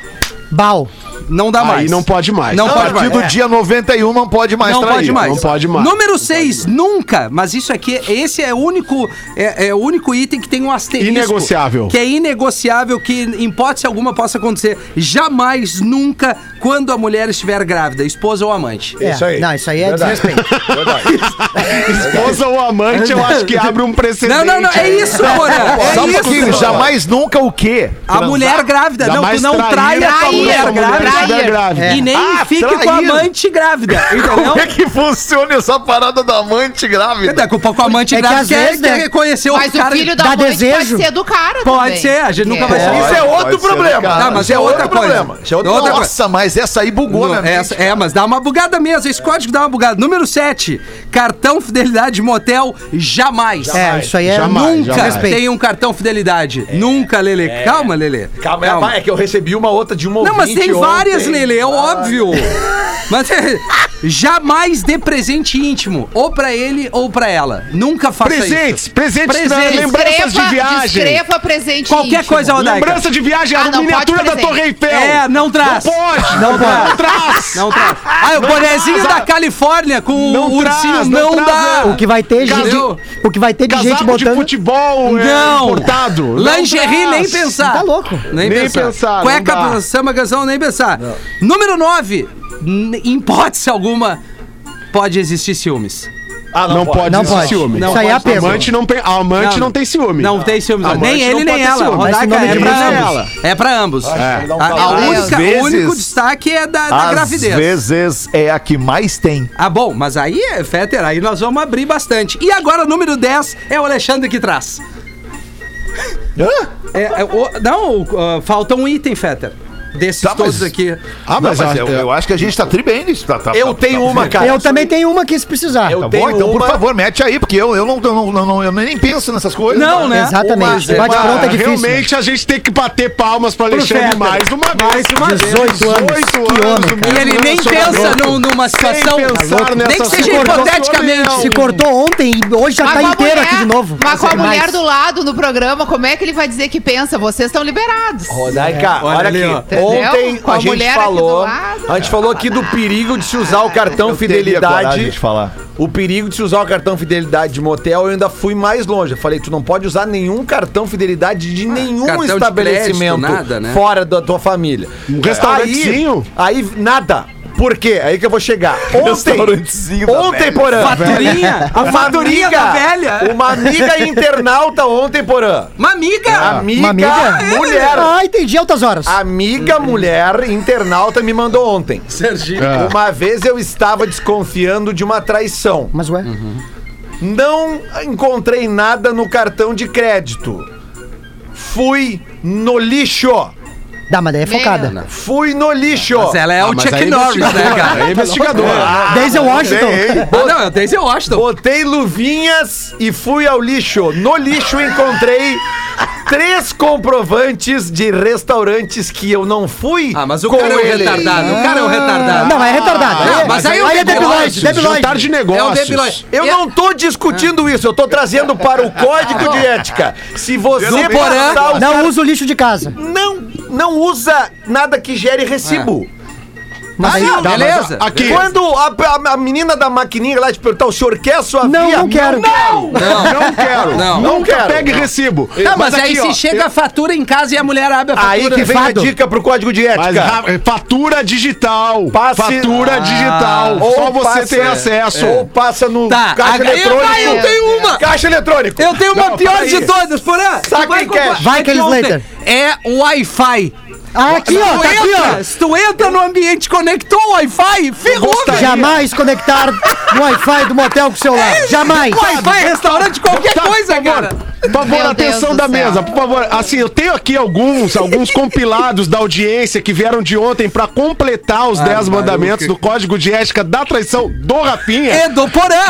Speaker 7: Bal.
Speaker 5: não dá
Speaker 1: Tá. Aí
Speaker 5: mais.
Speaker 1: não pode mais.
Speaker 5: Não
Speaker 4: A
Speaker 5: pode
Speaker 4: partir
Speaker 5: mais.
Speaker 4: do
Speaker 5: É.
Speaker 4: dia 91 não pode mais
Speaker 5: Não
Speaker 4: trair.
Speaker 5: pode mais.
Speaker 1: não pode mais.
Speaker 5: Número 6, nunca. Mas isso aqui, esse é o único, é, é o único item que tem um asterisco.
Speaker 1: Inegociável.
Speaker 5: Que é inegociável, que em hipótese alguma possa acontecer. Jamais, nunca, quando a mulher estiver grávida, esposa ou amante.
Speaker 7: É,
Speaker 6: Isso aí.
Speaker 7: Não, isso aí é
Speaker 6: Verdade.
Speaker 7: desrespeito.
Speaker 1: Esposa ou amante, eu acho que abre um precedente.
Speaker 5: Não, não, não, é isso, Porã. É
Speaker 4: Só um
Speaker 5: isso.
Speaker 4: pouquinho, jamais nunca o quê?
Speaker 5: A mulher grávida, não, tu
Speaker 1: Jamais
Speaker 5: não
Speaker 1: trair
Speaker 5: trai a
Speaker 1: essa
Speaker 5: tua
Speaker 8: Trair,
Speaker 5: mulher
Speaker 1: mulher É.
Speaker 5: grávida.
Speaker 1: estiver
Speaker 8: trair.
Speaker 1: grávida.
Speaker 5: E nem
Speaker 4: Ah,
Speaker 5: fique com a
Speaker 4: trair.
Speaker 5: amante grávida, entendeu?
Speaker 4: Como é que funciona essa parada da amante grávida?
Speaker 5: É que o com a amante
Speaker 7: É que
Speaker 5: grávida
Speaker 7: às
Speaker 5: quer,
Speaker 7: vezes,
Speaker 5: quer
Speaker 7: né?
Speaker 5: reconhecer
Speaker 8: Mas o
Speaker 5: cara.
Speaker 8: filho da
Speaker 7: dá
Speaker 8: mãe
Speaker 7: desejo?
Speaker 8: pode ser do cara
Speaker 5: Pode
Speaker 8: também.
Speaker 5: ser, a gente nunca vai
Speaker 8: É.
Speaker 5: saber.
Speaker 4: Isso é outro problema.
Speaker 5: Tá, mas
Speaker 4: Isso
Speaker 5: é outra coisa.
Speaker 4: Isso é outra
Speaker 5: Outra
Speaker 4: Nossa, mas essa aí bugou,
Speaker 5: No-
Speaker 4: né?
Speaker 5: essa- é, mas dá uma bugada mesmo. Esse código dá uma bugada. Número 7. Cartão fidelidade motel jamais.
Speaker 7: É, isso aí é
Speaker 1: Jamais,
Speaker 7: nunca.
Speaker 5: Nunca
Speaker 7: Respeito.
Speaker 5: tem um cartão fidelidade. Nunca, Lele. Calma, Lele.
Speaker 6: Calma, é, vai, é que eu recebi uma outra de um
Speaker 5: Não, mas tem
Speaker 6: ouvinte
Speaker 5: várias,
Speaker 6: ontem.
Speaker 5: Lele, é óbvio. Mas é, jamais dê presente íntimo. Ou pra ele ou pra ela. Nunca faça
Speaker 1: Presentes,
Speaker 5: isso.
Speaker 1: presentes,
Speaker 5: Presentes.
Speaker 1: tra- lembranças de
Speaker 8: Descreva-
Speaker 1: viagem.
Speaker 8: Descreva presente
Speaker 5: Qualquer
Speaker 8: íntimo.
Speaker 5: coisa, Rodaica.
Speaker 1: Lembrança de viagem,
Speaker 8: Ah,
Speaker 1: a
Speaker 8: não,
Speaker 1: miniatura
Speaker 8: pode
Speaker 1: da Torre
Speaker 8: presente.
Speaker 1: Eiffel.
Speaker 5: É, não traz.
Speaker 1: Não pode.
Speaker 5: Não traz.
Speaker 1: traz.
Speaker 5: Não traz. Ah, o bonezinho da Califórnia com
Speaker 1: Não
Speaker 5: o ursinho
Speaker 1: traz,
Speaker 6: um
Speaker 1: não
Speaker 5: não,
Speaker 1: traz,
Speaker 5: dá.
Speaker 1: é.
Speaker 7: O que vai ter gente.
Speaker 5: Entendeu?
Speaker 7: O que vai ter de gente
Speaker 1: Casaco de
Speaker 7: botando.
Speaker 1: futebol é,
Speaker 5: Não.
Speaker 1: importado. Não
Speaker 5: Lingerie,
Speaker 1: traz.
Speaker 5: nem pensar.
Speaker 7: Tá louco.
Speaker 5: Nem,
Speaker 1: Nem
Speaker 5: pensar.
Speaker 1: pensar, não
Speaker 5: Cueca,
Speaker 1: dá.
Speaker 5: samba, canção, nem pensar. Número 9. Em hipótese alguma, pode existir ciúmes.
Speaker 4: Ah,
Speaker 1: Não pode
Speaker 7: Não
Speaker 1: existir
Speaker 7: pode.
Speaker 1: ciúme.
Speaker 7: Isso aí é apego.
Speaker 1: Amante não, pe- a amante não, tem ciúme.
Speaker 5: Não tem ciúmes.
Speaker 1: Amante
Speaker 5: nem
Speaker 1: não
Speaker 5: ele, nem
Speaker 1: pode ter
Speaker 5: ela.
Speaker 1: ciúme.
Speaker 5: Rodaica,
Speaker 7: Mas esse nome
Speaker 5: é,
Speaker 7: de
Speaker 5: pra
Speaker 7: música é
Speaker 5: ambos. é pra ambos. A- a
Speaker 8: Às
Speaker 5: única-
Speaker 4: um vezes-
Speaker 5: o único destaque é da, da
Speaker 4: Às
Speaker 5: gravidez.
Speaker 4: vezes é a que mais tem.
Speaker 5: Ah, bom, mas aí, é, Fetter, aí nós vamos abrir bastante. E agora, número 10 é o Alexandre que traz. Hã? não, o- ah, falta um item, Fetter. Desses
Speaker 4: Tá, mas-
Speaker 5: todos aqui.
Speaker 1: Ah, mas,
Speaker 4: Não,
Speaker 1: a-
Speaker 4: eu, eu acho que a gente tá tri bem nisso. Tá, tá-
Speaker 6: Eu
Speaker 4: tá-
Speaker 6: tenho
Speaker 4: tá-
Speaker 6: uma, cara.
Speaker 7: Eu também tenho uma aqui se precisar.
Speaker 6: Eu
Speaker 4: Tá
Speaker 6: tenho
Speaker 4: bom, então,
Speaker 6: uma-
Speaker 4: por favor, mete aí, porque eu, eu, não, eu, não, não- não- eu nem penso nessas coisas.
Speaker 5: Não, né?
Speaker 7: Exatamente.
Speaker 5: Uma-
Speaker 7: Bate
Speaker 1: Ah,
Speaker 7: pronto é difícil.
Speaker 1: Realmente a gente tem que bater palmas pra Alexandre
Speaker 5: Fetter.
Speaker 1: mais uma vez.
Speaker 5: Mais uma
Speaker 7: 18 anos. Que homem,
Speaker 1: o
Speaker 7: cara.
Speaker 5: E ele
Speaker 1: mesmo
Speaker 5: nem
Speaker 1: ano,
Speaker 5: pensa
Speaker 1: sobrou.
Speaker 5: num- numa situação.
Speaker 1: pensar
Speaker 5: Tá louco. nem
Speaker 1: nessa
Speaker 5: que seja
Speaker 1: situação.
Speaker 5: hipoteticamente.
Speaker 7: Se cortou ontem e hoje já
Speaker 8: Mas
Speaker 7: tá
Speaker 8: com a
Speaker 7: inteiro
Speaker 8: mulher-
Speaker 7: aqui de novo.
Speaker 8: Mas com a
Speaker 5: é
Speaker 7: Demais.
Speaker 8: mulher do lado no programa, como é que ele vai dizer que pensa? Vocês estão liberados.
Speaker 6: Rodaica,
Speaker 5: olha
Speaker 6: olha
Speaker 5: ali, ó.
Speaker 8: Entendeu?
Speaker 6: aqui. Ontem
Speaker 8: Com a
Speaker 6: a gente
Speaker 8: mulher aqui
Speaker 6: falou. Ah,
Speaker 8: do lado. É.
Speaker 6: A gente falou aqui do perigo de se usar o cartão
Speaker 4: Eu teria coragem
Speaker 6: fidelidade.
Speaker 4: de falar.
Speaker 6: O perigo de se usar o cartão fidelidade de motel, eu ainda fui mais longe. Eu falei, tu não pode usar nenhum cartão fidelidade
Speaker 8: Ah,
Speaker 6: de nenhum
Speaker 5: cartão de
Speaker 6: estabelecimento
Speaker 5: crédito, nada, né?
Speaker 6: fora da tua família. Um
Speaker 1: restaurantezinho?
Speaker 6: Aí, aí nada. Por quê? Aí que eu vou chegar. Ontem,
Speaker 4: Restaurantezinho da
Speaker 6: ontem
Speaker 4: velha.
Speaker 6: porã.
Speaker 5: Faturinha?
Speaker 6: A
Speaker 5: Uma amiga
Speaker 6: faturinha
Speaker 5: da velha?
Speaker 6: Uma amiga internauta ontem, porã.
Speaker 5: Uma amiga!
Speaker 6: Ah, Amiga,
Speaker 7: Uma amiga?
Speaker 6: mulher.
Speaker 7: Ah, entendi altas horas.
Speaker 6: Amiga mulher internauta me mandou ontem.
Speaker 5: Serginho.
Speaker 6: Uma vez eu estava desconfiando de uma traição.
Speaker 7: Mas ué.
Speaker 8: Uhum.
Speaker 6: Não encontrei nada no cartão de crédito. Fui no lixo.
Speaker 7: Dá, mas daí é
Speaker 8: Meu.
Speaker 7: focada.
Speaker 6: Fui no lixo.
Speaker 5: Mas ela é o
Speaker 1: mas
Speaker 5: Chuck
Speaker 1: aí
Speaker 5: Norris, né, cara?
Speaker 7: Tá
Speaker 1: É investigador.
Speaker 4: é
Speaker 7: Desde né? Washington.
Speaker 5: Ah, não, eu tenho Washington.
Speaker 6: Botei luvinhas e fui ao lixo. No lixo encontrei três comprovantes de restaurantes que eu não fui.
Speaker 5: Ah, mas o
Speaker 6: com
Speaker 5: cara é um
Speaker 6: ele.
Speaker 5: retardado. O cara é um retardado.
Speaker 7: Não, é retardado.
Speaker 5: Ah,
Speaker 7: Aí-
Speaker 5: mas aí eu
Speaker 7: aí é
Speaker 5: tenho
Speaker 7: debilóide,
Speaker 5: negócios,
Speaker 7: debilóide.
Speaker 1: Jantar de
Speaker 5: É o
Speaker 1: negócios.
Speaker 5: Debilóide.
Speaker 6: Eu
Speaker 5: É-
Speaker 6: não tô discutindo isso, eu tô trazendo para o código de ética. Se você
Speaker 5: Não, porã.
Speaker 6: passar o
Speaker 7: Não usa o lixo de casa.
Speaker 6: não, não usa nada que gere
Speaker 8: É.
Speaker 6: recibo.
Speaker 7: Mas aí,
Speaker 5: não, Ah. beleza.
Speaker 1: Aqui.
Speaker 6: Quando a, a- a menina da maquininha lá te perguntar, o senhor quer a sua
Speaker 7: Não,
Speaker 6: via?
Speaker 7: não quero.
Speaker 5: Não,
Speaker 6: Não,
Speaker 1: Não quero.
Speaker 5: Não.
Speaker 1: Nunca
Speaker 6: Não quero.
Speaker 1: pegue recibo.
Speaker 5: Tá, mas, aí
Speaker 1: aqui,
Speaker 5: se
Speaker 1: ó,
Speaker 5: chega a fatura em casa e a mulher abre a fatura.
Speaker 6: Aí que vem
Speaker 7: Fado.
Speaker 6: a dica pro código de ética.
Speaker 1: Mas ra- fatura digital.
Speaker 6: Passe-
Speaker 1: Fatura
Speaker 6: Ah.
Speaker 1: digital. Só você
Speaker 6: passa-
Speaker 1: tem acesso.
Speaker 6: Ou passa no
Speaker 5: Tá,
Speaker 6: caixa
Speaker 5: agora-
Speaker 6: eletrônico.
Speaker 5: Ah, eu tenho uma!
Speaker 6: Caixa eletrônico.
Speaker 5: Eu tenho uma
Speaker 6: Não,
Speaker 5: pior
Speaker 6: peraí.
Speaker 5: de todas, porã.
Speaker 6: Saca
Speaker 5: Tu vai
Speaker 6: em
Speaker 5: comprar-
Speaker 6: cash.
Speaker 7: Vai que eles
Speaker 5: ontem.
Speaker 7: later.
Speaker 5: É Wi-Fi.
Speaker 7: Ah, aqui, ó,
Speaker 5: tu
Speaker 7: tá aqui,
Speaker 5: entra,
Speaker 7: ó.
Speaker 5: Se tu entra no ambiente e conectou o Wi-Fi, ferrou, velho.
Speaker 7: Jamais conectar o Wi-Fi do motel com o
Speaker 5: É
Speaker 7: celular. Jamais.
Speaker 5: Wi-Fi, restaurante, qualquer
Speaker 1: Tá,
Speaker 5: coisa,
Speaker 1: por favor.
Speaker 5: é, cara.
Speaker 1: Por favor,
Speaker 8: Meu
Speaker 1: atenção
Speaker 8: Deus do
Speaker 1: da
Speaker 8: céu.
Speaker 1: mesa, por favor. Assim, eu tenho aqui alguns, alguns compilados da audiência que vieram de ontem pra completar os 10
Speaker 5: Maruca.
Speaker 1: mandamentos do Código de Ética da Traição do Rafinha,
Speaker 5: É do porã.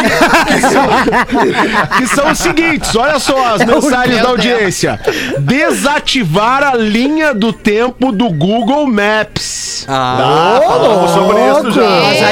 Speaker 1: que são os seguintes. Olha só as mensagens
Speaker 8: Meu
Speaker 1: da
Speaker 8: Deus.
Speaker 1: audiência. Desativar a linha do tempo do Google Maps.
Speaker 4: Ah, falamos sobre isso já.
Speaker 5: Mas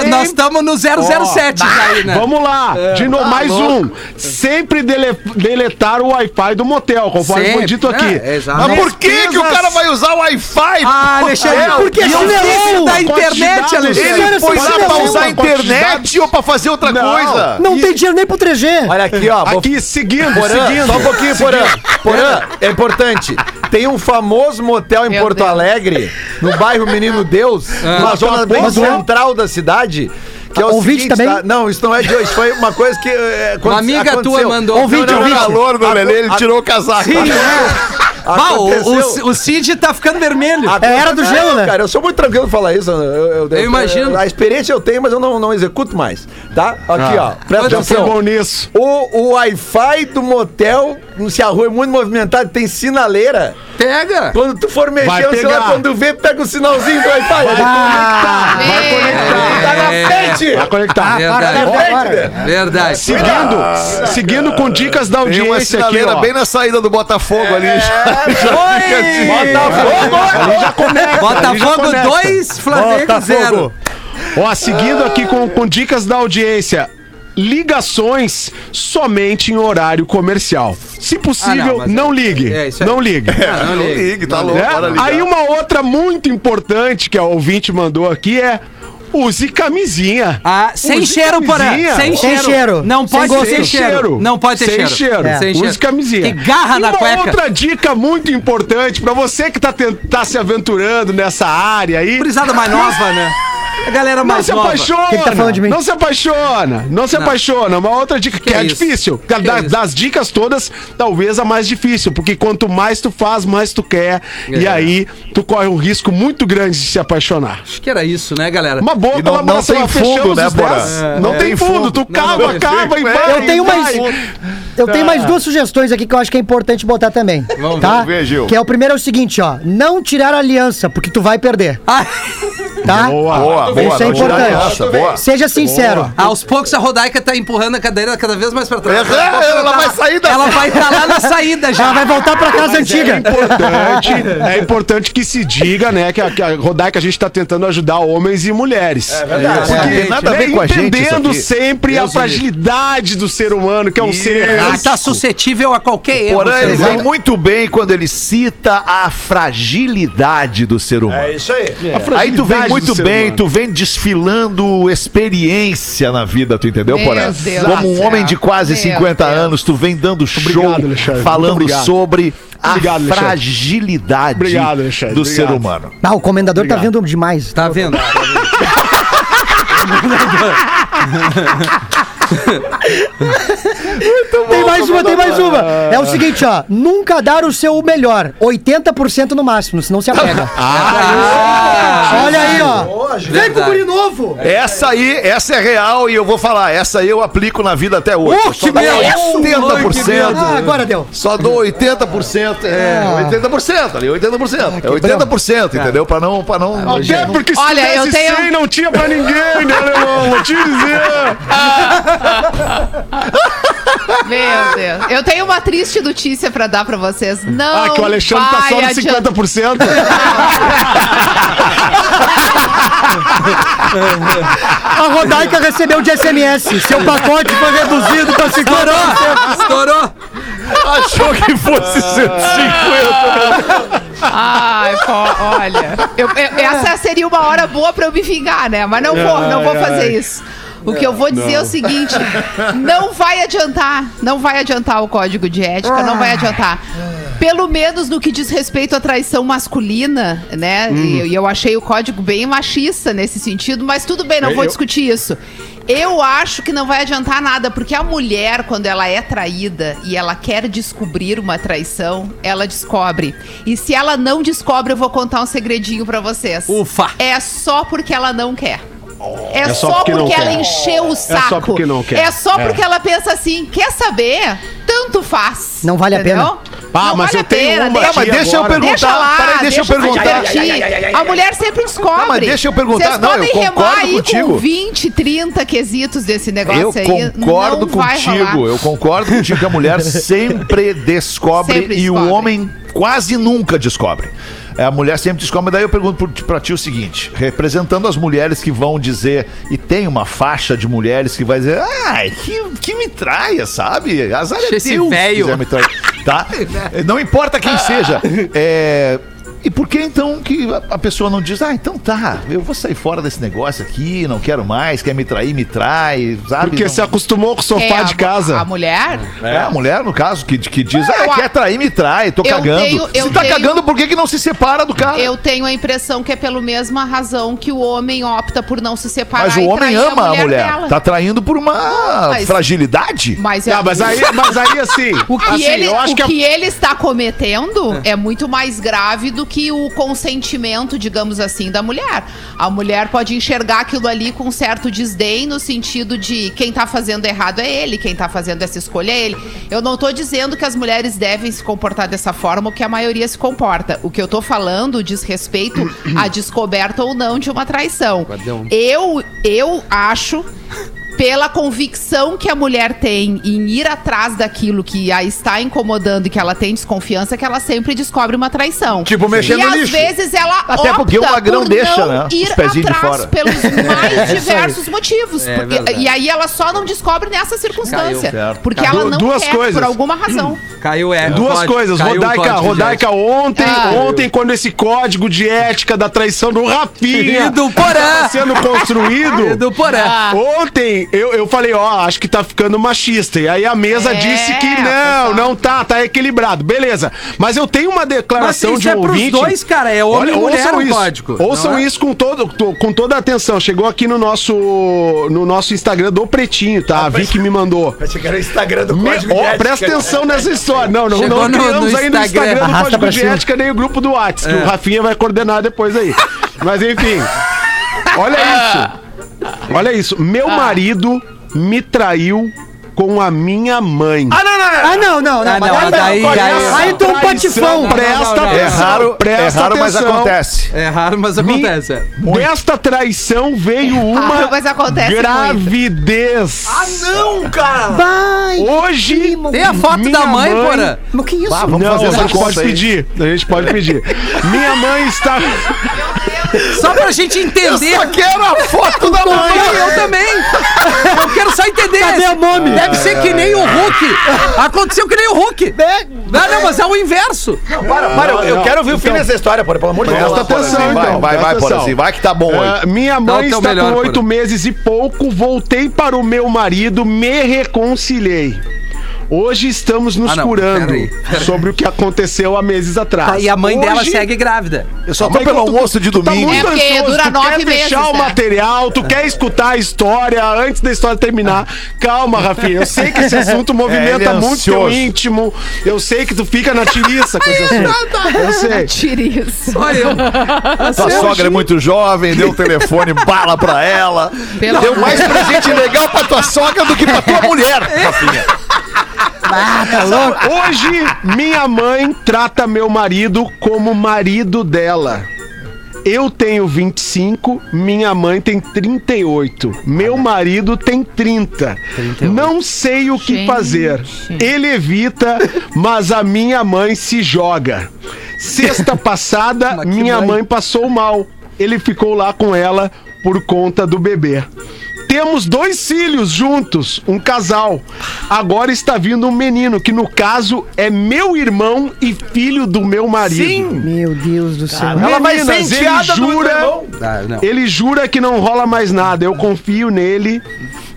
Speaker 5: aí nós estamos no 007 aí, né?
Speaker 1: Vamos lá, de novo, mais um. Sempre dele- deletar o Wi-Fi do motel, conforme foi
Speaker 5: Sempre,
Speaker 1: dito
Speaker 5: né?
Speaker 1: aqui.
Speaker 5: É, exato.
Speaker 1: Mas
Speaker 4: Por que, que o cara vai usar o Wi-Fi?
Speaker 5: Ah,
Speaker 1: É,
Speaker 5: Alexandre,
Speaker 7: porque
Speaker 5: e o
Speaker 7: chinelou.
Speaker 5: vício da
Speaker 1: Quantidade,
Speaker 5: tá internet,
Speaker 1: Alexandre.
Speaker 4: Ele
Speaker 5: Alexandre.
Speaker 7: Sério,
Speaker 4: foi
Speaker 7: você
Speaker 4: lá
Speaker 7: não
Speaker 4: pra
Speaker 7: viu
Speaker 4: usar a
Speaker 1: a quantidade?
Speaker 4: internet ou pra fazer outra
Speaker 1: Não.
Speaker 4: coisa?
Speaker 7: Não tem dinheiro nem pro 3G.
Speaker 6: Olha aqui, ó. vou
Speaker 1: Aqui, seguindo,
Speaker 6: Porã,
Speaker 1: seguindo.
Speaker 6: só um pouquinho, Porã. Porã, é importante. Tem um famoso motel em
Speaker 8: Meu
Speaker 6: Porto
Speaker 8: Deus.
Speaker 6: Alegre, no bairro Menino Deus, numa zona bem
Speaker 7: Mas, ó,
Speaker 6: central da cidade. Que é o
Speaker 7: Ouvinte
Speaker 6: seguinte,
Speaker 7: também?
Speaker 6: tá? Não, isso não é de hoje. Foi uma coisa que. É,
Speaker 5: Uma amiga tua mandou.
Speaker 6: Ouvinte,
Speaker 5: Não, não,
Speaker 6: ouvinte.
Speaker 4: calor do Lelê, ele tirou o casaco.
Speaker 6: Sim,
Speaker 5: Bah, o-
Speaker 6: Aconteceu.
Speaker 5: o, o Cid tá ficando vermelho.
Speaker 6: Agora-
Speaker 7: era do gelo,
Speaker 6: Não,
Speaker 7: né?
Speaker 6: Cara, eu sou muito tranquilo pra falar isso. Eu, eu- eu-
Speaker 5: imagino.
Speaker 6: A experiência eu tenho, mas eu não, não executo mais. Tá? Aqui, ó. Presta
Speaker 1: Já foi bom
Speaker 6: atenção.
Speaker 1: nisso.
Speaker 6: O, o Wi-Fi do motel, se a rua é muito movimentada, tem sinaleira.
Speaker 5: Pega!
Speaker 6: Quando tu for mexer
Speaker 1: Vai
Speaker 6: o celular,
Speaker 1: pegar.
Speaker 6: quando vê, pega o sinalzinho do Wi-Fi.
Speaker 1: Vai
Speaker 8: É.
Speaker 1: conectar.
Speaker 6: Tá na
Speaker 5: É.
Speaker 6: frente!
Speaker 1: Vai conectar.
Speaker 5: Verdade.
Speaker 6: Na frente, né?
Speaker 5: Verdade.
Speaker 1: Seguindo, seguindo com dicas da
Speaker 4: Tem uma
Speaker 1: audiência aqui,
Speaker 4: sinaleira
Speaker 1: ó.
Speaker 4: bem na saída do Botafogo ali.
Speaker 6: Botafogo!
Speaker 5: Botafogo
Speaker 1: começa.
Speaker 5: 2, Flamengo 0.
Speaker 1: Ó, seguindo aqui com, com dicas da audiência. Ligações somente em horário comercial. Se possível,
Speaker 5: Ah, não,
Speaker 1: não,
Speaker 5: mas é-
Speaker 1: ligue.
Speaker 5: é isso aí.
Speaker 1: não ligue.
Speaker 5: Não ligue.
Speaker 4: tá louco,
Speaker 1: Né?
Speaker 4: bora ligar.
Speaker 1: Aí uma outra muito importante que a ouvinte mandou aqui é use camisinha.
Speaker 5: Ah, sem
Speaker 1: Use
Speaker 5: cheiro, porém.
Speaker 1: camisinha.
Speaker 5: Sem,
Speaker 7: Sem
Speaker 5: cheiro.
Speaker 7: cheiro.
Speaker 5: Não
Speaker 7: Sem
Speaker 5: pode
Speaker 7: gosto.
Speaker 5: ter
Speaker 1: Sem
Speaker 5: cheiro.
Speaker 1: cheiro.
Speaker 5: Não pode ter
Speaker 1: Sem
Speaker 5: cheiro.
Speaker 1: cheiro.
Speaker 7: É.
Speaker 5: Sem
Speaker 1: Use camisinha.
Speaker 5: Que garra
Speaker 1: e
Speaker 5: na
Speaker 1: uma
Speaker 5: cueca.
Speaker 1: outra dica muito importante pra você que tá, tent- tá se aventurando nessa área aí.
Speaker 5: Gurizada mais nova, né? A galera
Speaker 1: Não
Speaker 5: mais
Speaker 1: se
Speaker 5: nova.
Speaker 1: apaixona!
Speaker 7: Quem que tá falando de mim?
Speaker 1: Não se apaixona! Não se apaixona! Uma outra dica que,
Speaker 5: Que
Speaker 1: é
Speaker 5: isso?
Speaker 1: difícil.
Speaker 5: Que
Speaker 1: Da-
Speaker 5: isso?
Speaker 1: das dicas todas, talvez a mais difícil, porque quanto mais tu faz, mais tu quer. E
Speaker 5: É.
Speaker 1: aí, tu corre um risco muito grande de se apaixonar.
Speaker 5: Acho que era isso, né, galera?
Speaker 1: Uma boa
Speaker 4: E não- não
Speaker 1: colaboração,
Speaker 4: tem
Speaker 1: ó,
Speaker 4: fundo,
Speaker 1: fechamos
Speaker 4: né,
Speaker 1: os
Speaker 4: Bora?
Speaker 1: 10.
Speaker 4: É,
Speaker 1: não
Speaker 4: é.
Speaker 1: tem
Speaker 4: Tem
Speaker 1: fundo,
Speaker 4: fundo.
Speaker 1: tu
Speaker 5: Não,
Speaker 1: cava,
Speaker 5: não.
Speaker 1: cava e vai.
Speaker 7: Eu tenho
Speaker 1: vai.
Speaker 7: mais. Eu tenho mais duas sugestões aqui que eu acho que é importante botar também.
Speaker 5: Vamos
Speaker 7: tá?
Speaker 4: ver, Gil.
Speaker 7: Que é o primeiro é o seguinte, ó. Não tirar a aliança, porque tu vai perder.
Speaker 5: Ah,
Speaker 7: Tá?
Speaker 1: Boa,
Speaker 4: Boa, boa.
Speaker 7: Isso é
Speaker 4: não tirar
Speaker 7: importante.
Speaker 4: essa, boa.
Speaker 7: Seja sincero.
Speaker 5: aos poucos a Rodaica tá empurrando a cadeira cada vez mais pra trás.
Speaker 4: É, ela vai sair da-
Speaker 5: Ela vai estar lá na saída já.
Speaker 7: Ela vai voltar pra casa antiga.
Speaker 1: é importante, é importante que se diga, né, que a, que a Rodaica a gente tá tentando ajudar homens e mulheres. É
Speaker 4: verdade.
Speaker 1: Porque
Speaker 4: É, tem nada a
Speaker 1: né,
Speaker 4: ver com a gente isso
Speaker 1: Entendendo
Speaker 4: aqui.
Speaker 1: sempre a fragilidade do ser humano, que é um ser
Speaker 5: Ela
Speaker 1: errado.
Speaker 5: tá suscetível a qualquer erro.
Speaker 4: Porém, ele
Speaker 5: Vocês
Speaker 4: vai muito bem quando ele cita a fragilidade do ser humano.
Speaker 6: isso aí.
Speaker 4: Aí tu vem
Speaker 1: fragilidade
Speaker 4: muito
Speaker 1: do ser
Speaker 4: bem,
Speaker 1: humano.
Speaker 4: tu vem desfilando experiência na vida, tu entendeu,
Speaker 8: Meu
Speaker 4: Porã?
Speaker 8: Deus
Speaker 4: Como
Speaker 8: do
Speaker 4: um
Speaker 8: céu.
Speaker 4: homem de quase
Speaker 8: Meu
Speaker 4: 50
Speaker 8: Deus.
Speaker 4: anos, tu vem dando show
Speaker 1: Obrigado, Alexandre. Muito
Speaker 4: falando
Speaker 1: obrigado.
Speaker 4: sobre a
Speaker 1: Obrigado, Alexandre.
Speaker 4: fragilidade
Speaker 1: Obrigado, Alexandre.
Speaker 4: do
Speaker 1: Obrigado.
Speaker 4: ser humano.
Speaker 7: Ah, o comendador tá vindo demais.
Speaker 5: Tá vendo?
Speaker 7: Tem mais uma, tem mais uma. É o seguinte, ó. Nunca dar o seu melhor. 80% no máximo, senão se apega. Ah, Olha aí, ó.
Speaker 5: Vem com o
Speaker 7: novo.
Speaker 4: Essa aí, essa é real e eu vou falar, essa aí eu aplico na vida até hoje.
Speaker 5: Oh,
Speaker 4: Eu só
Speaker 5: que
Speaker 4: dou
Speaker 5: medo! Oh, que
Speaker 4: 80%.
Speaker 5: medo!
Speaker 7: Ah, agora deu.
Speaker 4: Só dou 80%. É, 80% ali, 80%. É 80%, entendeu? Pra não. Pra não
Speaker 1: Até porque se
Speaker 8: Olha,
Speaker 1: tivesse
Speaker 8: eu tenho-
Speaker 1: 100, não tinha pra ninguém, né, irmão? Vou te dizer.
Speaker 8: Então, Meu Deus. Eu tenho uma triste notícia pra dar pra vocês. Não.
Speaker 1: Ah, que o Alexandre tá só no
Speaker 8: vai adiantar.
Speaker 1: 50%.
Speaker 7: A Rodaica recebeu de SMS. Seu pacote foi reduzido pra 50%.
Speaker 5: Estourou!
Speaker 4: achou que fosse
Speaker 1: Ah.
Speaker 4: 150.
Speaker 8: Ai, pô, olha. Eu- eu- essa seria uma hora boa pra eu me vingar, né? Mas não vou, não vou fazer isso. O que eu vou dizer é o seguinte: não vai adiantar, não vai adiantar o código de ética, não vai adiantar. Pelo menos no que diz respeito à traição masculina, né? E, e eu achei o código bem machista nesse sentido, mas tudo bem, não vou discutir isso. Eu acho que não vai adiantar nada, porque a mulher, quando ela é traída e ela quer descobrir uma traição, ela descobre. E se ela não descobre, eu vou contar um segredinho pra vocês.
Speaker 5: Ufa.
Speaker 8: É só porque ela não quer. É,
Speaker 1: só
Speaker 8: só,
Speaker 1: porque
Speaker 8: porque,
Speaker 1: não
Speaker 8: ela
Speaker 1: quer. É
Speaker 8: encheu o saco.
Speaker 1: porque não quer.
Speaker 8: É só
Speaker 1: É.
Speaker 8: porque ela pensa assim, quer saber? Tanto faz.
Speaker 7: Não vale a
Speaker 8: pena.
Speaker 1: Ah, mas eu tenho uma
Speaker 8: Deixa,
Speaker 1: aqui
Speaker 4: mas deixa eu
Speaker 1: agora.
Speaker 4: perguntar.
Speaker 8: deixa lá,
Speaker 4: peraí, deixa eu
Speaker 8: se
Speaker 4: perguntar.
Speaker 8: divertir. A mulher sempre descobre.
Speaker 4: Não, mas deixa eu perguntar.
Speaker 8: Vocês
Speaker 4: Não, eu
Speaker 8: podem remar
Speaker 4: concordo
Speaker 8: aí
Speaker 4: contigo.
Speaker 8: com 20, 30 quesitos desse negócio
Speaker 4: Eu
Speaker 8: aí.
Speaker 4: concordo
Speaker 8: não vai
Speaker 4: contigo,
Speaker 8: rolar.
Speaker 4: eu concordo contigo que a mulher sempre descobre
Speaker 8: Sempre
Speaker 4: e o
Speaker 8: descobre.
Speaker 4: homem quase nunca descobre. É, A mulher sempre descobre, daí eu pergunto pro- pra ti o seguinte: representando as mulheres que vão dizer, e tem uma faixa de mulheres que vai dizer, ai, que, que me traia, sabe? Azar é
Speaker 5: Esse
Speaker 4: teu se
Speaker 5: véio.
Speaker 4: quiser me trair", Tá? Não importa quem seja. É, E por que então que a- a pessoa não diz, ah, então tá, eu vou sair fora desse negócio aqui, não quero mais, quer me trair, me trai, sabe?
Speaker 1: Porque
Speaker 4: não...
Speaker 1: se acostumou com o sofá
Speaker 8: É, a,
Speaker 1: de casa.
Speaker 8: A mulher?
Speaker 4: É, a mulher, no caso, que, que diz,
Speaker 8: Ah,
Speaker 4: ah,
Speaker 8: eu-
Speaker 4: quer trair, me trai, tô
Speaker 8: eu
Speaker 4: cagando.
Speaker 8: tenho- eu
Speaker 4: se tá
Speaker 8: tenho-
Speaker 4: cagando, por que, que não se separa do cara?
Speaker 8: Eu tenho a impressão que é pela mesma razão que o homem opta por não se separar.
Speaker 4: Mas o
Speaker 8: e
Speaker 4: homem
Speaker 8: trair
Speaker 4: ama a mulher.
Speaker 8: dela.
Speaker 4: Tá traindo por uma
Speaker 8: mas-
Speaker 4: fragilidade.
Speaker 8: Mas, é
Speaker 1: Não, mas aí, mas aí assim,
Speaker 8: O que,
Speaker 1: assim,
Speaker 8: ele,
Speaker 1: eu acho
Speaker 8: o
Speaker 1: que a
Speaker 8: que ele está cometendo é. muito mais grave do que o consentimento, digamos assim, da mulher. A mulher pode enxergar aquilo ali com certo desdém, no sentido de quem tá fazendo errado é ele, quem tá fazendo essa escolha é ele. Eu não tô dizendo que as mulheres devem se comportar dessa forma ou que a maioria se comporta. O que eu tô falando diz respeito à descoberta ou não de uma traição. Eu, eu acho pela convicção que a mulher tem em ir atrás daquilo que a está incomodando e que ela tem desconfiança, que ela sempre descobre uma traição.
Speaker 6: Tipo, mexer
Speaker 8: e
Speaker 6: no
Speaker 8: às
Speaker 6: lixo.
Speaker 8: vezes ela
Speaker 4: Até
Speaker 8: opta
Speaker 4: porque o magrão
Speaker 8: por
Speaker 4: deixa,
Speaker 8: não
Speaker 4: né, os
Speaker 8: ir
Speaker 4: pezinhos de
Speaker 8: atrás
Speaker 4: fora. É
Speaker 8: pelos mais diversos motivos.
Speaker 5: É
Speaker 8: Porque-
Speaker 5: verdade.
Speaker 8: e aí ela só não descobre nessa circunstância. porque ela
Speaker 1: Du-
Speaker 8: não
Speaker 1: duas
Speaker 8: quer
Speaker 1: coisas.
Speaker 8: por alguma razão.
Speaker 5: Caiu é.
Speaker 1: Duas
Speaker 5: pode-
Speaker 1: coisas,
Speaker 5: caiu o
Speaker 1: Rodaica,
Speaker 5: código de
Speaker 1: Rodaica, ontem,
Speaker 8: Ah.
Speaker 1: ontem, quando esse código de ética da traição do Rafinha
Speaker 5: E do Porã.
Speaker 1: tava sendo
Speaker 5: ética.
Speaker 1: construído,
Speaker 5: Do Porã.
Speaker 8: Ah.
Speaker 1: ontem eu, eu falei, ó, acho que tá ficando machista. E aí a mesa
Speaker 8: É,
Speaker 1: disse que não,
Speaker 8: pessoal.
Speaker 1: não tá, tá equilibrado. Beleza. Mas eu tenho uma
Speaker 5: Mas
Speaker 1: declaração
Speaker 5: isso
Speaker 1: de um
Speaker 5: é pros
Speaker 1: ouvinte...
Speaker 5: dois, cara. É homem e mulher
Speaker 1: ouçam
Speaker 5: o
Speaker 1: isso,
Speaker 5: código.
Speaker 1: Ouçam
Speaker 5: Não é?
Speaker 1: isso com, todo, to- com toda a atenção. Chegou aqui no nosso, no nosso Instagram do Pretinho, tá? A Vicky me mandou.
Speaker 6: Achei que era o Instagram do
Speaker 1: Me-
Speaker 6: Código
Speaker 1: ó,
Speaker 6: de Ética. né?
Speaker 1: presta atenção nessa história. Não, não,
Speaker 5: Chegou
Speaker 1: não
Speaker 5: no-
Speaker 1: criamos
Speaker 5: no
Speaker 1: ainda
Speaker 5: Instagram.
Speaker 1: o Instagram do
Speaker 7: Arrasta
Speaker 1: Código
Speaker 7: pra
Speaker 1: de
Speaker 7: cima.
Speaker 1: Ética, nem o grupo do Whats,
Speaker 6: É.
Speaker 1: que o Rafinha vai coordenar depois aí. Mas enfim, olha
Speaker 6: Ah.
Speaker 1: isso. Olha isso. Meu marido me traiu com a minha mãe.
Speaker 6: Ah, não, não, não.
Speaker 7: Ah, não, não, não.
Speaker 5: Ah,
Speaker 7: mas
Speaker 5: não,
Speaker 7: aí-
Speaker 5: daí-
Speaker 7: aí-
Speaker 5: daí-
Speaker 7: Aí tu é um patifão.
Speaker 1: Presta
Speaker 5: não, não, não.
Speaker 1: atenção.
Speaker 4: É raro,
Speaker 1: presta
Speaker 4: é raro mas
Speaker 1: atenção.
Speaker 4: acontece.
Speaker 5: É raro, mas acontece. é.
Speaker 1: Desta traição veio
Speaker 6: Ah,
Speaker 1: uma
Speaker 8: raro, mas acontece
Speaker 1: gravidez.
Speaker 6: não, cara.
Speaker 7: Vai.
Speaker 1: Hoje.
Speaker 5: Tem a foto
Speaker 1: minha
Speaker 5: da mãe, Ah, Porã.
Speaker 7: Mas que isso?
Speaker 4: vamos
Speaker 1: não,
Speaker 4: fazer
Speaker 1: a
Speaker 4: essa
Speaker 1: gente
Speaker 4: conta
Speaker 1: pode
Speaker 4: aí.
Speaker 1: pedir. A gente pode pedir. Minha mãe está.
Speaker 5: Só pra gente entender. Eu
Speaker 6: Quero a foto da mãe.
Speaker 5: eu também. Eu quero só entender.
Speaker 7: Cadê
Speaker 5: esse.
Speaker 7: o nome?
Speaker 5: Deve ser que nem o Hulk. Aconteceu que nem o Hulk. Não, não, mas é o inverso.
Speaker 6: Para, para. eu- Eu quero ouvir o fim dessa história, porra. Pelo amor de Deus.
Speaker 1: então, Presta
Speaker 4: Porã,
Speaker 1: atenção,
Speaker 4: assim, vai,
Speaker 1: então.
Speaker 4: vai,
Speaker 1: presta
Speaker 4: vai, Porã,
Speaker 1: atenção.
Speaker 4: assim, vai que tá bom
Speaker 1: Ah,
Speaker 4: hoje.
Speaker 1: minha
Speaker 5: Dá Então, tá o
Speaker 1: mãe
Speaker 5: teu
Speaker 1: está
Speaker 5: melhor,
Speaker 1: com oito
Speaker 5: Porã.
Speaker 1: meses e pouco. Voltei para o meu marido, me reconciliei. Hoje estamos nos
Speaker 5: Ah, não,
Speaker 1: curando
Speaker 5: peraí, peraí.
Speaker 1: sobre o que aconteceu há meses atrás.
Speaker 5: Tá, e a mãe dela
Speaker 1: Hoje-
Speaker 5: segue grávida.
Speaker 4: Eu só
Speaker 1: Mas
Speaker 4: tô pelo
Speaker 1: tu-
Speaker 4: almoço de
Speaker 1: Tu tá
Speaker 4: domingo.
Speaker 1: muito
Speaker 8: É porque
Speaker 1: ansioso,
Speaker 8: dura
Speaker 1: tu
Speaker 8: nove
Speaker 1: quer deixar
Speaker 8: meses,
Speaker 1: o
Speaker 8: né?
Speaker 1: material, tu quer escutar a história antes da história terminar. Calma, Rafinha, eu sei que esse assunto movimenta
Speaker 4: ele é
Speaker 1: muito teu
Speaker 4: ansioso.
Speaker 1: íntimo. Eu sei que tu fica na tiriça com esse assunto. Eu sei.
Speaker 8: Tire isso.
Speaker 5: Olha eu.
Speaker 4: Tua sogra é muito jovem, deu o telefone, bala pra ela.
Speaker 8: Pelo
Speaker 4: deu
Speaker 8: amor É.
Speaker 4: mais presente legal pra tua sogra do que pra tua mulher, Rafinha.
Speaker 1: Hoje, minha mãe trata meu marido como marido dela. Eu tenho 25, minha mãe tem 38. Meu marido tem 30. Não sei o que
Speaker 8: Gente.
Speaker 1: fazer. Ele evita, mas a minha mãe se joga. Sexta passada, minha mãe. passou mal. Ele ficou lá com ela por conta do bebê. Temos dois filhos juntos, um casal. Agora está vindo um menino, que no caso é meu irmão e filho do meu marido. Sim!
Speaker 7: Meu Deus do céu.
Speaker 6: Ela vai ser
Speaker 1: Meninas, ele
Speaker 6: enteada do
Speaker 1: jura-
Speaker 6: irmão.
Speaker 5: Ah, não.
Speaker 1: Ele jura que não rola mais nada. Eu confio nele.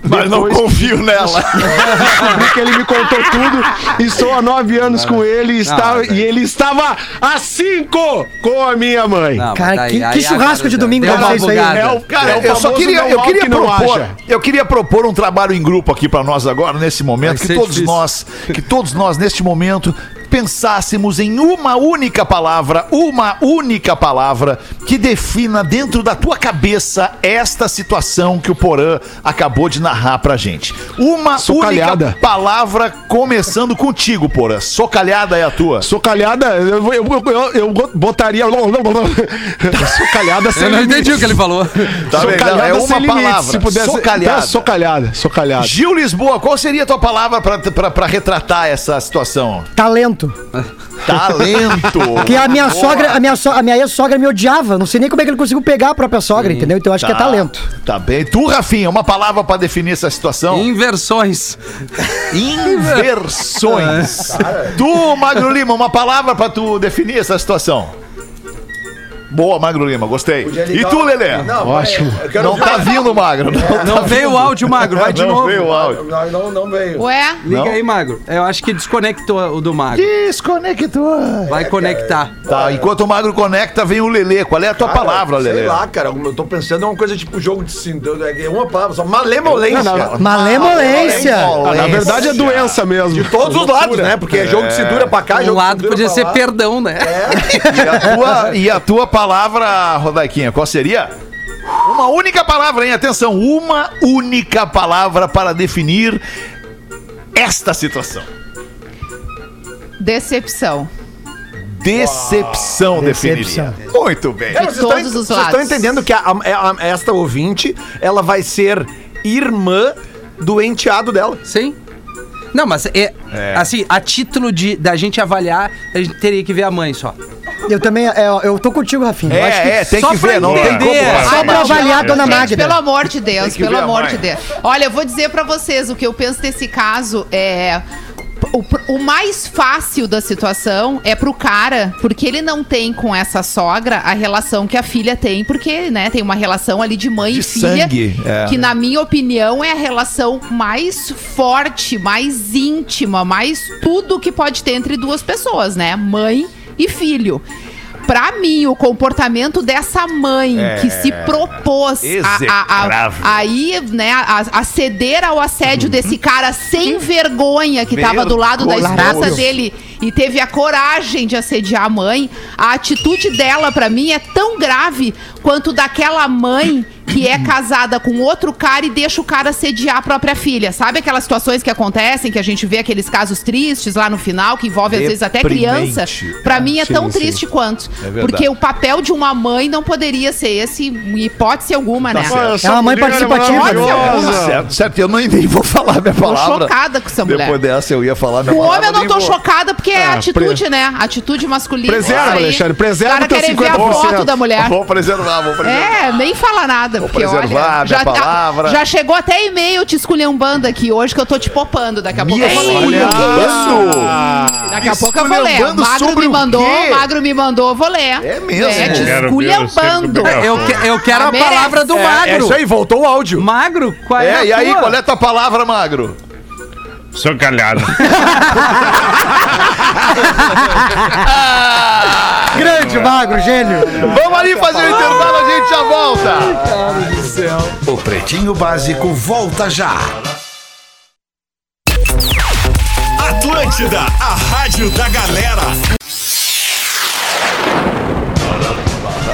Speaker 4: Mas não
Speaker 1: Depois
Speaker 4: confio nela.
Speaker 1: descobri que ele me contou tudo. Estou há nove anos com ele e, está-
Speaker 5: velho.
Speaker 1: e ele estava há cinco com a minha mãe.
Speaker 5: Não,
Speaker 7: Cara,
Speaker 5: mas
Speaker 7: que- que churrasco de
Speaker 5: já
Speaker 7: domingo
Speaker 5: deu
Speaker 7: vai
Speaker 5: uma
Speaker 7: fazer isso aí?
Speaker 5: bugada.
Speaker 1: É o cara, é o
Speaker 4: eu só
Speaker 1: famoso
Speaker 4: queria,
Speaker 1: não
Speaker 4: eu
Speaker 1: há o
Speaker 4: queria
Speaker 1: que não
Speaker 4: propor,
Speaker 1: haja.
Speaker 4: eu queria propor um trabalho em grupo aqui pra nós agora nesse momento
Speaker 5: Vai
Speaker 4: que
Speaker 5: ser
Speaker 4: todos
Speaker 5: difícil.
Speaker 4: nós, que todos nós neste momento pensássemos em uma única palavra, uma única palavra que defina dentro da tua cabeça esta situação que o Porã acabou de narrar pra gente. Uma
Speaker 1: Socalhada.
Speaker 4: única palavra começando contigo, Porã. Socalhada é a tua.
Speaker 1: Socalhada, eu, eu, eu, eu botaria. Socalhada sem
Speaker 5: Eu não
Speaker 1: limite.
Speaker 5: entendi o que ele falou.
Speaker 4: Tá bem, não,
Speaker 1: Socalhada
Speaker 4: é uma
Speaker 1: sem limite,
Speaker 4: palavra.
Speaker 1: se pudesse.
Speaker 4: Socalhada.
Speaker 1: Tá, Socalhada, socalhada.
Speaker 4: Gil Lisboa, qual seria a tua palavra pra- pra pra retratar essa situação?
Speaker 7: Talento.
Speaker 4: Talento!
Speaker 7: Porque a minha sogra, a minha, so- a minha ex-sogra me odiava. Não sei nem como é que ele conseguiu pegar a própria sogra, entendeu? Então eu acho que é talento.
Speaker 4: Tá bem. Tu, Rafinha, uma palavra pra definir essa situação?
Speaker 5: Inversões.
Speaker 4: Inversões. tu, Magro Lima, uma palavra pra tu definir essa situação? Boa, Magro Lima, gostei. E tu, Lelê? Não,
Speaker 9: Não, Ótimo.
Speaker 6: Eu quero ver- É.
Speaker 4: tá vindo, Magro.
Speaker 5: Não veio o áudio, Magro. Vai de
Speaker 4: não
Speaker 5: novo.
Speaker 4: veio o áudio.
Speaker 6: Não, não, não veio.
Speaker 8: Ué?
Speaker 5: Liga
Speaker 4: Não?
Speaker 5: aí, Magro. Eu acho que desconectou o do Magro.
Speaker 3: Desconectou.
Speaker 5: Vai conectar.
Speaker 4: Tá, enquanto o Magro conecta, vem o Lelê. Qual é a tua
Speaker 6: Cara,
Speaker 4: palavra,
Speaker 6: Ah, sei
Speaker 4: Lelê?
Speaker 6: lá, cara. Eu tô pensando em uma coisa tipo jogo de cintura. É uma palavra só. Malemolência.
Speaker 7: Malemolência.
Speaker 1: Ah, na verdade é doença mesmo.
Speaker 6: De todos os lados, né? Porque é jogo de cintura pra cá,
Speaker 5: Um
Speaker 6: jogo
Speaker 5: lado
Speaker 6: de cintura
Speaker 5: podia
Speaker 6: pra
Speaker 5: ser
Speaker 6: lá.
Speaker 5: perdão, né?
Speaker 4: E a tua, e a tua palavra, Rodaiquinha, qual seria? Uma única palavra, hein? Atenção, uma única palavra para definir esta situação.
Speaker 8: Decepção.
Speaker 4: Decepção, definiria. Muito bem.
Speaker 6: Cara,
Speaker 8: De
Speaker 6: vocês
Speaker 8: todos
Speaker 6: estão,
Speaker 8: os
Speaker 6: vocês
Speaker 8: lados.
Speaker 6: estão entendendo que a- é, a- a- esta ouvinte, ela vai ser irmã do enteado dela.
Speaker 5: Sim. Não, mas é, assim, a título de da gente avaliar, a gente teria que ver a mãe só.
Speaker 7: Eu também, é, ó, eu tô contigo, Rafinha. eu acho que
Speaker 4: É, é, tem
Speaker 5: só
Speaker 4: que
Speaker 5: pra
Speaker 4: ver, não tem
Speaker 5: entender.
Speaker 4: como.
Speaker 5: Só
Speaker 4: passar
Speaker 7: pra
Speaker 4: batido.
Speaker 7: avaliar a dona
Speaker 4: É,
Speaker 8: Gente,
Speaker 7: Magda.
Speaker 8: pelo amor de
Speaker 4: Tem
Speaker 8: Deus,
Speaker 4: que
Speaker 8: pelo
Speaker 4: ver a
Speaker 8: amor
Speaker 4: mãe.
Speaker 8: de Deus. Olha, eu vou dizer pra vocês o que eu penso desse caso é o, o mais fácil da situação é pro cara, porque ele não tem com essa sogra a relação que a filha tem, porque, né, tem uma relação ali de mãe
Speaker 4: De
Speaker 8: e filha,
Speaker 4: sangue, é.
Speaker 8: que na minha opinião é a relação mais forte, mais íntima, mais tudo que pode ter entre duas pessoas, né? Mãe e filho. Pra mim, o comportamento dessa mãe que se propôs a- a- a-
Speaker 4: É. Execrável. Uhum.
Speaker 8: aí, né, a, a ceder ao assédio desse cara sem vergonha que tava do lado da esposa
Speaker 4: Vergonhoso.
Speaker 8: dele e teve a coragem de assediar a mãe, a atitude dela pra mim é tão grave quanto daquela mãe que é casada com outro cara e deixa o cara assediar a própria filha. Sabe aquelas situações que acontecem, que a gente vê aqueles casos tristes lá no final, que envolve às vezes até criança?
Speaker 4: Deprimente.
Speaker 8: Pra mim é
Speaker 1: Sim,
Speaker 8: tão
Speaker 1: Ah, sim. É
Speaker 8: triste quanto.
Speaker 4: verdade.
Speaker 8: porque o papel de uma mãe não poderia ser esse, em hipótese alguma,
Speaker 1: Tá
Speaker 8: né?
Speaker 7: É uma mãe participativa.
Speaker 1: É,
Speaker 4: Tá Certo, certo, eu não nem vou falar minha
Speaker 8: Tô
Speaker 4: palavra.
Speaker 8: chocada com essa mulher.
Speaker 4: Depois dessa eu ia falar minha
Speaker 8: Com o
Speaker 4: palavra.
Speaker 8: homem eu não
Speaker 4: nem
Speaker 8: tô
Speaker 4: vou.
Speaker 8: chocada porque é
Speaker 1: Ah,
Speaker 8: atitude, né? Atitude masculina.
Speaker 1: Preserva,
Speaker 8: Isso aí.
Speaker 1: Alexandre, preserva
Speaker 8: Os caras
Speaker 1: o teu
Speaker 8: querem ver a
Speaker 1: 50%.
Speaker 8: foto da mulher.
Speaker 4: Vou preservar, vou preservar.
Speaker 8: É, nem fala nada,
Speaker 4: Vou
Speaker 8: porque
Speaker 4: preservar
Speaker 8: olha,
Speaker 4: minha palavra.
Speaker 8: já chegou até e-mail te esculhambando aqui hoje que eu tô te popando, daqui a pouco eu vou ler. Daqui a pouco eu vou ler.
Speaker 4: esculhambando
Speaker 8: Magro
Speaker 4: sobre
Speaker 8: me
Speaker 4: o
Speaker 8: mandou,
Speaker 4: quê?
Speaker 8: magro me mandou, eu vou ler.
Speaker 4: É mesmo?
Speaker 8: É,
Speaker 9: Quero ver
Speaker 8: te
Speaker 9: o circo
Speaker 8: esculhambando.
Speaker 9: do Brasil.
Speaker 5: É, Eu, que- eu quero a
Speaker 8: Merece.
Speaker 5: palavra do
Speaker 6: É, é
Speaker 5: Magro.
Speaker 6: isso aí, voltou o áudio.
Speaker 5: Magro, qual é,
Speaker 4: É,
Speaker 5: a
Speaker 4: e aí,
Speaker 5: tua?
Speaker 4: qual é a tua palavra, Magro?
Speaker 9: Sou calhado.
Speaker 6: É.
Speaker 7: grande, magro, gênio.
Speaker 4: Vamos ali fazer o intervalo, a gente já volta.
Speaker 10: O Pretinho Básico volta já. Atlântida, a rádio da galera.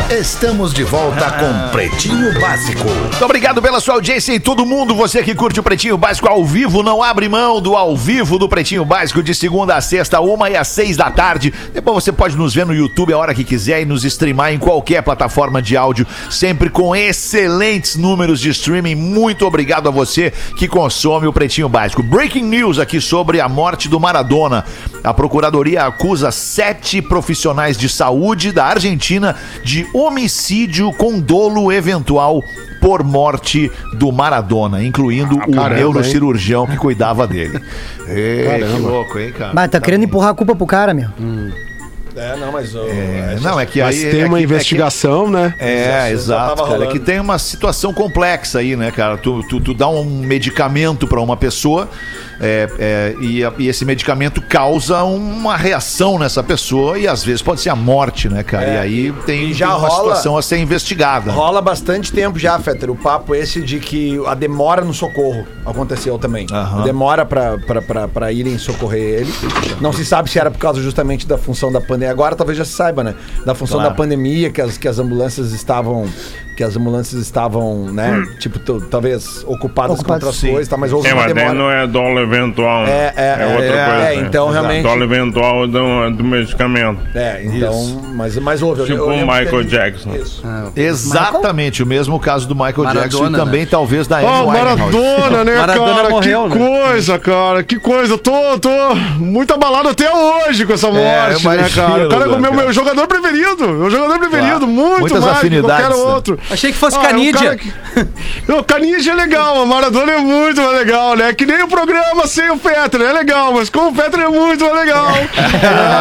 Speaker 10: Estamos de volta com Pretinho Básico.
Speaker 4: Ah. Muito obrigado pela sua audiência e todo mundo, você que curte o Pretinho Básico ao vivo, não abre mão do ao vivo do Pretinho Básico de segunda a sexta, uma e às seis da tarde. Depois você pode nos ver no YouTube a hora que quiser e nos streamar em qualquer plataforma de áudio, sempre com excelentes números de streaming. Muito obrigado a você que consome o Pretinho Básico. Breaking news aqui sobre a morte do Maradona. A Procuradoria acusa sete profissionais de saúde da Argentina de homicídio com dolo eventual por morte do Maradona, incluindo o
Speaker 1: Ah, caramba,
Speaker 4: neurocirurgião que cuidava dele. Ei, que
Speaker 1: Caramba.
Speaker 4: louco, hein, cara?
Speaker 7: Mas tá querendo empurrar a culpa pro cara, meu.
Speaker 6: É, não, mas... o-
Speaker 4: É, não, é que
Speaker 1: Mas
Speaker 4: aí...
Speaker 1: tem
Speaker 4: é
Speaker 1: uma
Speaker 4: que- é que-
Speaker 1: investigação, né?
Speaker 4: É,
Speaker 6: Já
Speaker 4: exato,
Speaker 6: tava
Speaker 4: cara. É
Speaker 6: rolando.
Speaker 4: que tem uma situação complexa aí, né, cara? Tu, tu, tu dá um medicamento pra uma pessoa é, é, e, a- e esse medicamento causa uma reação nessa pessoa e às vezes pode ser a morte, né, cara? e aí tem,
Speaker 6: É. já
Speaker 4: tem uma
Speaker 6: rola-
Speaker 4: situação a ser investigada.
Speaker 6: Rola bastante tempo já, Fetter, o papo esse de que a demora no socorro aconteceu também.
Speaker 4: Aham.
Speaker 6: Demora pra, pra, pra, pra irem socorrer ele. Não se sabe se era por causa justamente da função da pandemia. Agora talvez já se saiba, né? Da função
Speaker 4: Claro.
Speaker 6: da pandemia que as, que as ambulâncias estavam... Que as ambulâncias estavam, né? Tipo, to- talvez ocupadas,
Speaker 7: Ocupadas,
Speaker 6: com outras
Speaker 7: sim.
Speaker 6: coisas, tá? mas houve
Speaker 9: É,
Speaker 6: uma
Speaker 9: Hum. mas daí
Speaker 6: demora.
Speaker 9: não é dolo eventual.
Speaker 6: É, é, é,
Speaker 9: outra
Speaker 6: é,
Speaker 9: coisa. né?
Speaker 6: é, então, realmente-
Speaker 9: Dolo eventual é do, é do medicamento.
Speaker 6: É, então... Mas, mas houve. eu-
Speaker 9: Tipo
Speaker 6: eu
Speaker 9: o
Speaker 6: lembro que
Speaker 9: Michael
Speaker 6: ele-
Speaker 9: Jackson.
Speaker 6: Isso.
Speaker 4: Exatamente, o mesmo caso do Michael
Speaker 5: Maradona,
Speaker 4: Jackson e
Speaker 5: né?
Speaker 4: também talvez da Amy
Speaker 1: Ó, o
Speaker 4: Winehouse.
Speaker 1: Maradona, né,
Speaker 5: Maradona
Speaker 1: cara?
Speaker 5: morreu,
Speaker 1: que
Speaker 5: né?
Speaker 1: coisa, cara. Que coisa. Eu Tô, tô muito abalado até hoje com essa morte, né,
Speaker 4: imagino,
Speaker 1: cara? O cara é o meu,
Speaker 4: cara.
Speaker 1: meu jogador preferido. Meu jogador preferido.
Speaker 4: Claro.
Speaker 1: Muito
Speaker 4: Muitas
Speaker 1: mais que qualquer
Speaker 4: afinidades, né?
Speaker 1: outro.
Speaker 5: Achei que fosse
Speaker 1: Ah, é um
Speaker 5: canídia.
Speaker 1: cara que- Não, Canidia é legal, a Maradona é muito mais legal, né? Que nem o programa sem o Petra, é legal, mas com o Petra é muito mais legal.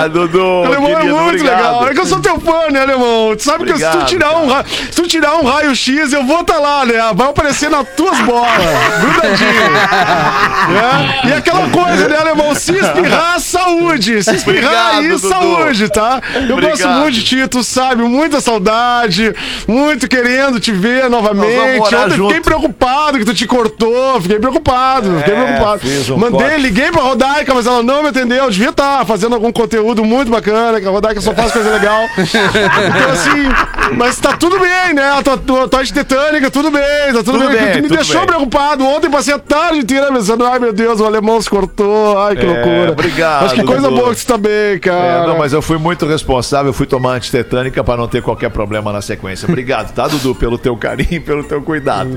Speaker 4: Ah, Dudu,
Speaker 1: O alemão é
Speaker 4: querido,
Speaker 1: muito
Speaker 4: obrigado.
Speaker 1: legal. É que eu sou teu fã, né, alemão? Tu sabe que se
Speaker 4: Obrigado,
Speaker 1: tu tirar um, ra- se tu tirar um raio X, eu vou estar lá, né? Vai aparecer nas tuas bolas. Grudadinho. né? E aquela coisa, né, alemão? Se espirrar, saúde. Se espirrar
Speaker 4: Obrigado,
Speaker 1: aí,
Speaker 4: Dudu.
Speaker 1: saúde, tá? Eu gosto
Speaker 4: Obrigado.
Speaker 1: muito de ti, tu sabe, muita saudade, muito querendo te ver novamente.
Speaker 4: morar
Speaker 1: Ontem fiquei
Speaker 4: junto.
Speaker 1: preocupado que tu te cortou, fiquei preocupado, fiquei preocupado.
Speaker 4: fiz um
Speaker 1: Mandei,
Speaker 4: corte.
Speaker 1: liguei pra Rodaica, mas ela não me atendeu. Devia estar fazendo algum conteúdo muito bacana, que a Rodaica só faz coisa legal. então, assim, mas tá tudo bem, né? A tua, tua, tua de tetânica, tudo bem, tá tudo,
Speaker 4: Tudo
Speaker 1: bem.
Speaker 4: bem,
Speaker 1: Tu me
Speaker 4: tudo
Speaker 1: deixou
Speaker 4: bem.
Speaker 1: preocupado. Ontem passei a tarde inteira pensando, ai meu Deus, o alemão se cortou, ai que
Speaker 4: É,
Speaker 1: loucura.
Speaker 4: obrigado,
Speaker 1: Mas que coisa
Speaker 4: Dudu.
Speaker 1: boa que você tá bem, cara.
Speaker 4: É, não, mas eu fui muito responsável, eu fui tomar antitetânica pra não ter qualquer problema na sequência. Obrigado, tá, Dudu, pelo teu carinho, pelo teu cuidado.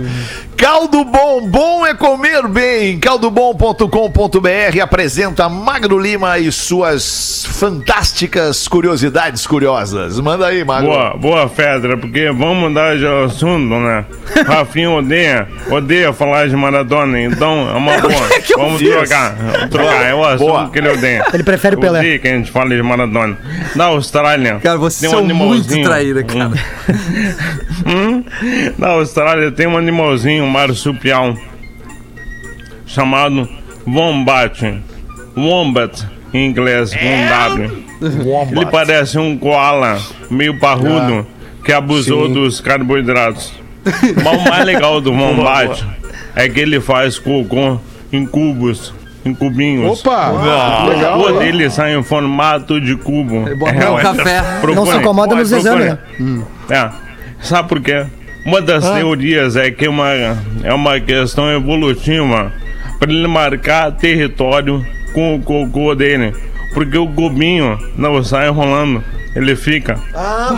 Speaker 4: Caldo Bom, bom é comer bem. Caldobom.com.br apresenta Magro Lima e suas fantásticas curiosidades curiosas. Manda aí, Magro.
Speaker 9: Boa, boa, Fedra, porque vamos mudar de assunto, né? Rafinha odeia, odeia falar de Maradona, então é uma boa. vamos trocar, trocar, é o assunto
Speaker 4: Boa.
Speaker 9: que ele odeia.
Speaker 7: Ele prefere o Pelé.
Speaker 9: Odeia que a gente fala de Maradona. Na Austrália...
Speaker 5: Cara, vocês
Speaker 9: tem
Speaker 5: são muito
Speaker 9: animalzinho.
Speaker 5: traíra, cara.
Speaker 9: Hum? Na Austrália tem um animalzinho marsupial chamado Wombat. Wombat, em inglês, com um W. Ele parece um koala meio parrudo que abusou dos carboidratos. Mas o mais legal do Wombat é que ele faz cocô em cubos, em cubinhos.
Speaker 1: Opa!
Speaker 9: A cocô dele sai em formato de cubo.
Speaker 5: É o café.
Speaker 7: um Não se incomoda nos exames, né? Ah.
Speaker 9: É. Sabe por quê? Uma das teorias é que uma, é uma questão evolutiva para ele marcar território com o cocô dele. Porque o gobinho não sai rolando, ele fica.
Speaker 6: Ah,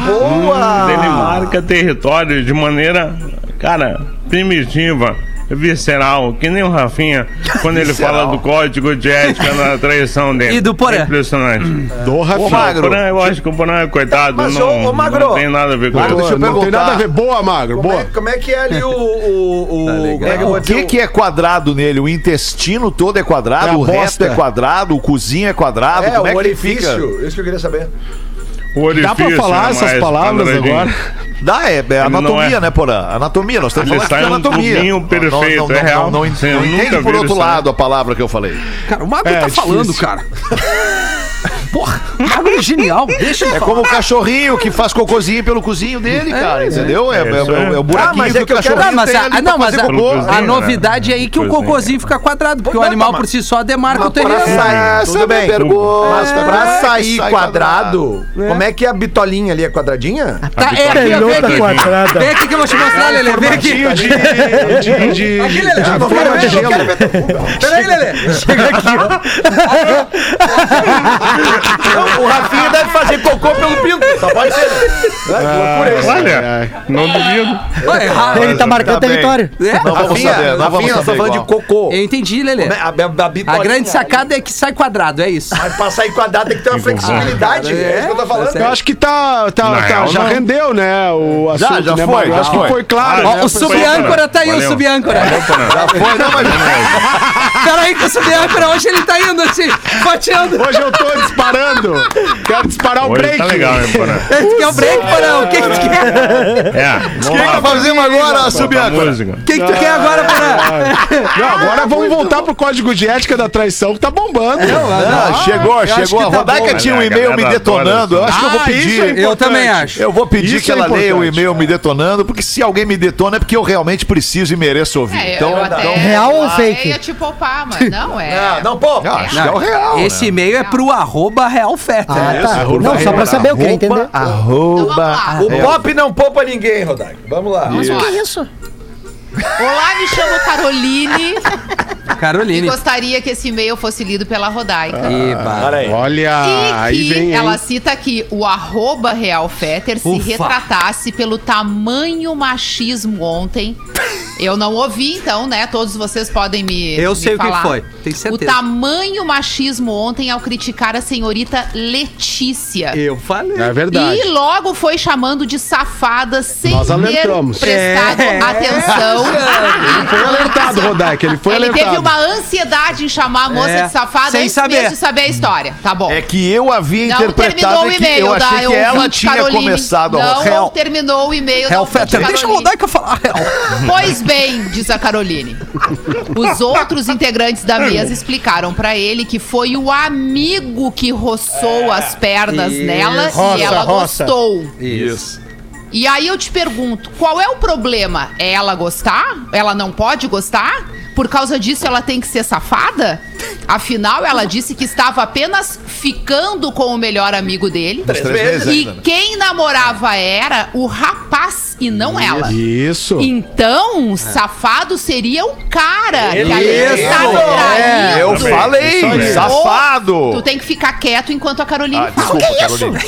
Speaker 9: Daí Ele marca território de maneira, cara, primitiva, visceral, que nem o Rafinha, quando ele fala do código de ética na traição dele.
Speaker 5: E do Porã.
Speaker 9: É impressionante.
Speaker 1: Do
Speaker 4: Ô,
Speaker 1: Rafinha.
Speaker 4: Magro. né?
Speaker 9: O Porã, eu acho que o Porã é coitado,
Speaker 6: Mas,
Speaker 9: não,
Speaker 6: ô, ô, Magro.
Speaker 9: não tem nada a ver com
Speaker 6: Magro,
Speaker 9: isso.
Speaker 6: deixa eu
Speaker 1: não tem
Speaker 6: perguntar.
Speaker 1: nada a ver. Boa, Magro,
Speaker 6: Como
Speaker 1: boa.
Speaker 6: é, como é que é ali o. o, o- como é que eu vou
Speaker 4: O que,
Speaker 6: dizer?
Speaker 4: que é quadrado nele? O intestino todo é quadrado,
Speaker 1: É a
Speaker 4: o resto
Speaker 1: bosta.
Speaker 4: é quadrado, o cozinho é quadrado.
Speaker 6: É,
Speaker 4: como é
Speaker 6: o
Speaker 4: que ele fica?
Speaker 6: orifício. Isso que eu queria saber.
Speaker 9: O orifício,
Speaker 1: Dá pra falar
Speaker 9: né,
Speaker 1: essas
Speaker 9: mais
Speaker 1: palavras
Speaker 9: quadradinho.
Speaker 1: agora?
Speaker 4: Dá, é, é
Speaker 9: não
Speaker 4: anatomia,
Speaker 9: é.
Speaker 4: né, Porã? Anatomia, nós estamos
Speaker 9: Ele
Speaker 4: falando aqui
Speaker 9: sai
Speaker 4: de
Speaker 9: um
Speaker 4: anatomia.
Speaker 9: tubinho perfeito,
Speaker 4: não, não,
Speaker 9: é real.
Speaker 4: não, não,
Speaker 9: Você
Speaker 4: não
Speaker 9: nunca
Speaker 4: entende por
Speaker 9: viu
Speaker 4: outro
Speaker 9: isso, né?
Speaker 4: lado a palavra que eu falei.
Speaker 5: Cara, o Magro
Speaker 1: É,
Speaker 5: tá
Speaker 1: difícil.
Speaker 5: falando, cara. Porra, o Magro é genial. Deixa ele
Speaker 4: É
Speaker 5: falar.
Speaker 4: como o cachorrinho que faz cocôzinho pelo cozinho dele, cara, entendeu? É, é,
Speaker 9: isso aí.
Speaker 4: é, é o buraquinho
Speaker 6: Ah, mas é
Speaker 4: que,
Speaker 6: que
Speaker 4: o
Speaker 6: eu quero-
Speaker 4: cachorrinho
Speaker 5: Não, mas
Speaker 4: tem
Speaker 5: a,
Speaker 4: ali pra
Speaker 5: ah, não, mas
Speaker 4: fazer
Speaker 5: a,
Speaker 4: cocô.
Speaker 9: cocôzinho,
Speaker 5: a
Speaker 9: né?
Speaker 5: novidade é aí que o
Speaker 9: Cozinha.
Speaker 5: cocôzinho fica quadrado, porque o
Speaker 6: Não,
Speaker 5: animal
Speaker 6: mas-
Speaker 5: por si só demarca o
Speaker 6: Pra
Speaker 5: terreno.
Speaker 6: sair,
Speaker 4: tudo
Speaker 6: tudo
Speaker 4: bem.
Speaker 6: bem. Mas
Speaker 4: É,
Speaker 6: pra
Speaker 4: que
Speaker 6: sair
Speaker 4: sai
Speaker 6: quadrado, como é que é a bitolinha ali é quadradinha?
Speaker 5: Tá, é aqui, ó, vem
Speaker 7: Pelota
Speaker 5: aqui.
Speaker 7: quadrada.
Speaker 5: Vem aqui que eu vou te mostrar, Lele. Vem aqui.
Speaker 1: Formatinho de, de, de,
Speaker 5: Aqui, Lele.
Speaker 1: de
Speaker 5: Eu
Speaker 1: forma
Speaker 5: quero
Speaker 1: de
Speaker 5: ver, eu
Speaker 1: gelo.
Speaker 5: quero ver teu cu. Peraí, Lele.
Speaker 6: o Rafinha deve fazer cocô pelo pinto. Só pode ser. É.
Speaker 4: É,
Speaker 9: Olha, não duvido.
Speaker 5: Vai, errar.
Speaker 7: Ele tá marcando
Speaker 4: Tá bem.
Speaker 7: território.
Speaker 5: É?
Speaker 4: Não vamos
Speaker 6: Rafinha,
Speaker 4: saber, não vamos
Speaker 6: Rafinha, nós
Speaker 4: saber
Speaker 6: tá falando de
Speaker 4: igual.
Speaker 6: cocô.
Speaker 5: Eu entendi, Lele.
Speaker 6: É, A, a- a
Speaker 5: A
Speaker 6: bitolinha-
Speaker 5: grande sacada é que sai quadrado, é isso.
Speaker 6: Mas pra sair quadrado tem que ter uma flexibilidade.
Speaker 5: cara,
Speaker 6: É isso que eu tô falando.
Speaker 5: é,
Speaker 1: Eu acho que tá, tá,
Speaker 9: Na
Speaker 1: tá,
Speaker 9: real,
Speaker 1: já
Speaker 9: não.
Speaker 1: rendeu, né? O assunto,
Speaker 4: já
Speaker 1: né,
Speaker 4: foi,
Speaker 1: Magro?
Speaker 4: já
Speaker 1: Acho que
Speaker 4: foi.
Speaker 1: foi claro.
Speaker 9: Ah,
Speaker 1: né?
Speaker 5: Ó,
Speaker 9: foi
Speaker 5: o sub-âncora tá aí, o
Speaker 9: Valeu.
Speaker 5: sub-âncora.
Speaker 4: Foi, não, mas-
Speaker 5: né, Peraí que o sub-âncora hoje ele tá indo assim, fatiando.
Speaker 1: Hoje eu tô disparando. Quero disparar o
Speaker 9: Hoje
Speaker 1: break.
Speaker 9: tá legal, hein, Porã?
Speaker 5: Tu quer é o break, Porão? O que que tu quer?
Speaker 9: É, vamos lá.
Speaker 4: Fazemos tá agora,
Speaker 9: Bota a
Speaker 4: subiaco.
Speaker 9: música.
Speaker 5: O que que tu quer agora, Porão?
Speaker 1: Não, agora vamos voltar pro código de ética da traição que tá bombando.
Speaker 4: Ah, chegou, chegou. A
Speaker 1: que tá
Speaker 4: Rodaica
Speaker 1: bom.
Speaker 4: tinha um
Speaker 9: Olha, a
Speaker 4: e-mail me
Speaker 9: galera
Speaker 4: detonando. Eu
Speaker 9: adora
Speaker 4: acho que eu vou
Speaker 1: Ah, isso é
Speaker 4: pedir.
Speaker 5: Eu também acho.
Speaker 4: Eu vou pedir
Speaker 1: Isso
Speaker 4: que
Speaker 1: é
Speaker 4: ela leia o
Speaker 1: importante.
Speaker 4: e-mail me detonando, porque se alguém me detona é porque eu realmente preciso e mereço ouvir.
Speaker 8: É,
Speaker 4: então,
Speaker 8: eu até, "Ah,
Speaker 4: então-
Speaker 7: real ou
Speaker 8: eu até
Speaker 7: fake?
Speaker 8: ia te poupar, mas não é.
Speaker 6: Ah, não, pô.
Speaker 4: Ah, acho que é o real.
Speaker 5: Esse
Speaker 4: né?
Speaker 5: e-mail é pro arroba realfeta.
Speaker 7: Ah,
Speaker 5: né?
Speaker 7: tá. Não, só pra saber, eu queria entender.
Speaker 4: Arroba.
Speaker 6: O pop não poupa ninguém, Rodaica. Vamos lá.
Speaker 8: Então Vamos lá.
Speaker 7: Isso.
Speaker 8: Olá, me chamo Caroline.
Speaker 1: Ah, é?
Speaker 8: e
Speaker 5: Caroline.
Speaker 8: gostaria que esse e-mail fosse lido pela
Speaker 4: Ah.
Speaker 8: Rodaica.
Speaker 5: Eba.
Speaker 6: aí.
Speaker 8: E
Speaker 1: Olha, aí
Speaker 8: que
Speaker 1: vem. hein?
Speaker 8: ela cita que o arroba Real Fetter se
Speaker 5: Ufa.
Speaker 8: retratasse pelo tamanho machismo ontem Eu não ouvi, então, né? Todos vocês podem me.
Speaker 5: Eu
Speaker 8: me
Speaker 5: sei o que
Speaker 8: falar.
Speaker 5: foi, tenho
Speaker 8: O
Speaker 5: certeza.
Speaker 8: tamanho machismo ontem ao criticar a senhorita Letícia.
Speaker 5: Eu falei.
Speaker 1: É verdade.
Speaker 8: E logo foi chamando de safada sem
Speaker 1: Nós
Speaker 8: ter
Speaker 1: alertamos.
Speaker 8: prestado
Speaker 5: É.
Speaker 8: atenção.
Speaker 1: Ele foi alertado, Rodaica. Ele foi
Speaker 8: Ele
Speaker 1: alertado.
Speaker 8: teve uma ansiedade em chamar a moça
Speaker 5: É,
Speaker 8: de safada
Speaker 5: sem
Speaker 8: antes
Speaker 5: saber.
Speaker 8: mesmo de saber a história. Tá bom.
Speaker 4: É que eu havia
Speaker 8: Não
Speaker 4: interpretado
Speaker 8: terminou o
Speaker 4: que eu
Speaker 8: e-mail tá?
Speaker 4: achei
Speaker 8: da
Speaker 4: que ela
Speaker 8: ouvinte
Speaker 4: tinha
Speaker 8: Caroline.
Speaker 4: começado a
Speaker 8: Não, não terminou é o e-mail da ouvinte
Speaker 5: Hellfetter. Deixa o
Speaker 8: Caroline.
Speaker 5: Rodaica falar.
Speaker 8: Pois bem, diz a Caroline. Os outros integrantes da mesa explicaram pra ele que foi o amigo que roçou as pernas
Speaker 5: Isso.
Speaker 8: nela e
Speaker 10: Roça,
Speaker 8: ela
Speaker 10: roça.
Speaker 8: gostou.
Speaker 5: Isso.
Speaker 8: E aí eu te pergunto, qual é o problema? É ela gostar? Ela não pode gostar? Por causa disso ela tem que ser safada? Afinal, ela disse que estava apenas ficando com o melhor amigo dele.
Speaker 4: três vezes
Speaker 8: E
Speaker 4: ainda, né?
Speaker 8: quem namorava era o rapaz e não ela.
Speaker 1: Isso. É.
Speaker 8: Então, safado seria o cara que tá aí
Speaker 5: Isso.
Speaker 8: está
Speaker 1: É.
Speaker 8: traindo.
Speaker 4: É, Eu
Speaker 9: Também.
Speaker 4: falei,
Speaker 9: Isso aí.
Speaker 8: Tu
Speaker 4: safado!
Speaker 8: tem que ficar quieto enquanto a Carolina
Speaker 4: Ah,
Speaker 8: fala.
Speaker 4: desculpa, Carolina.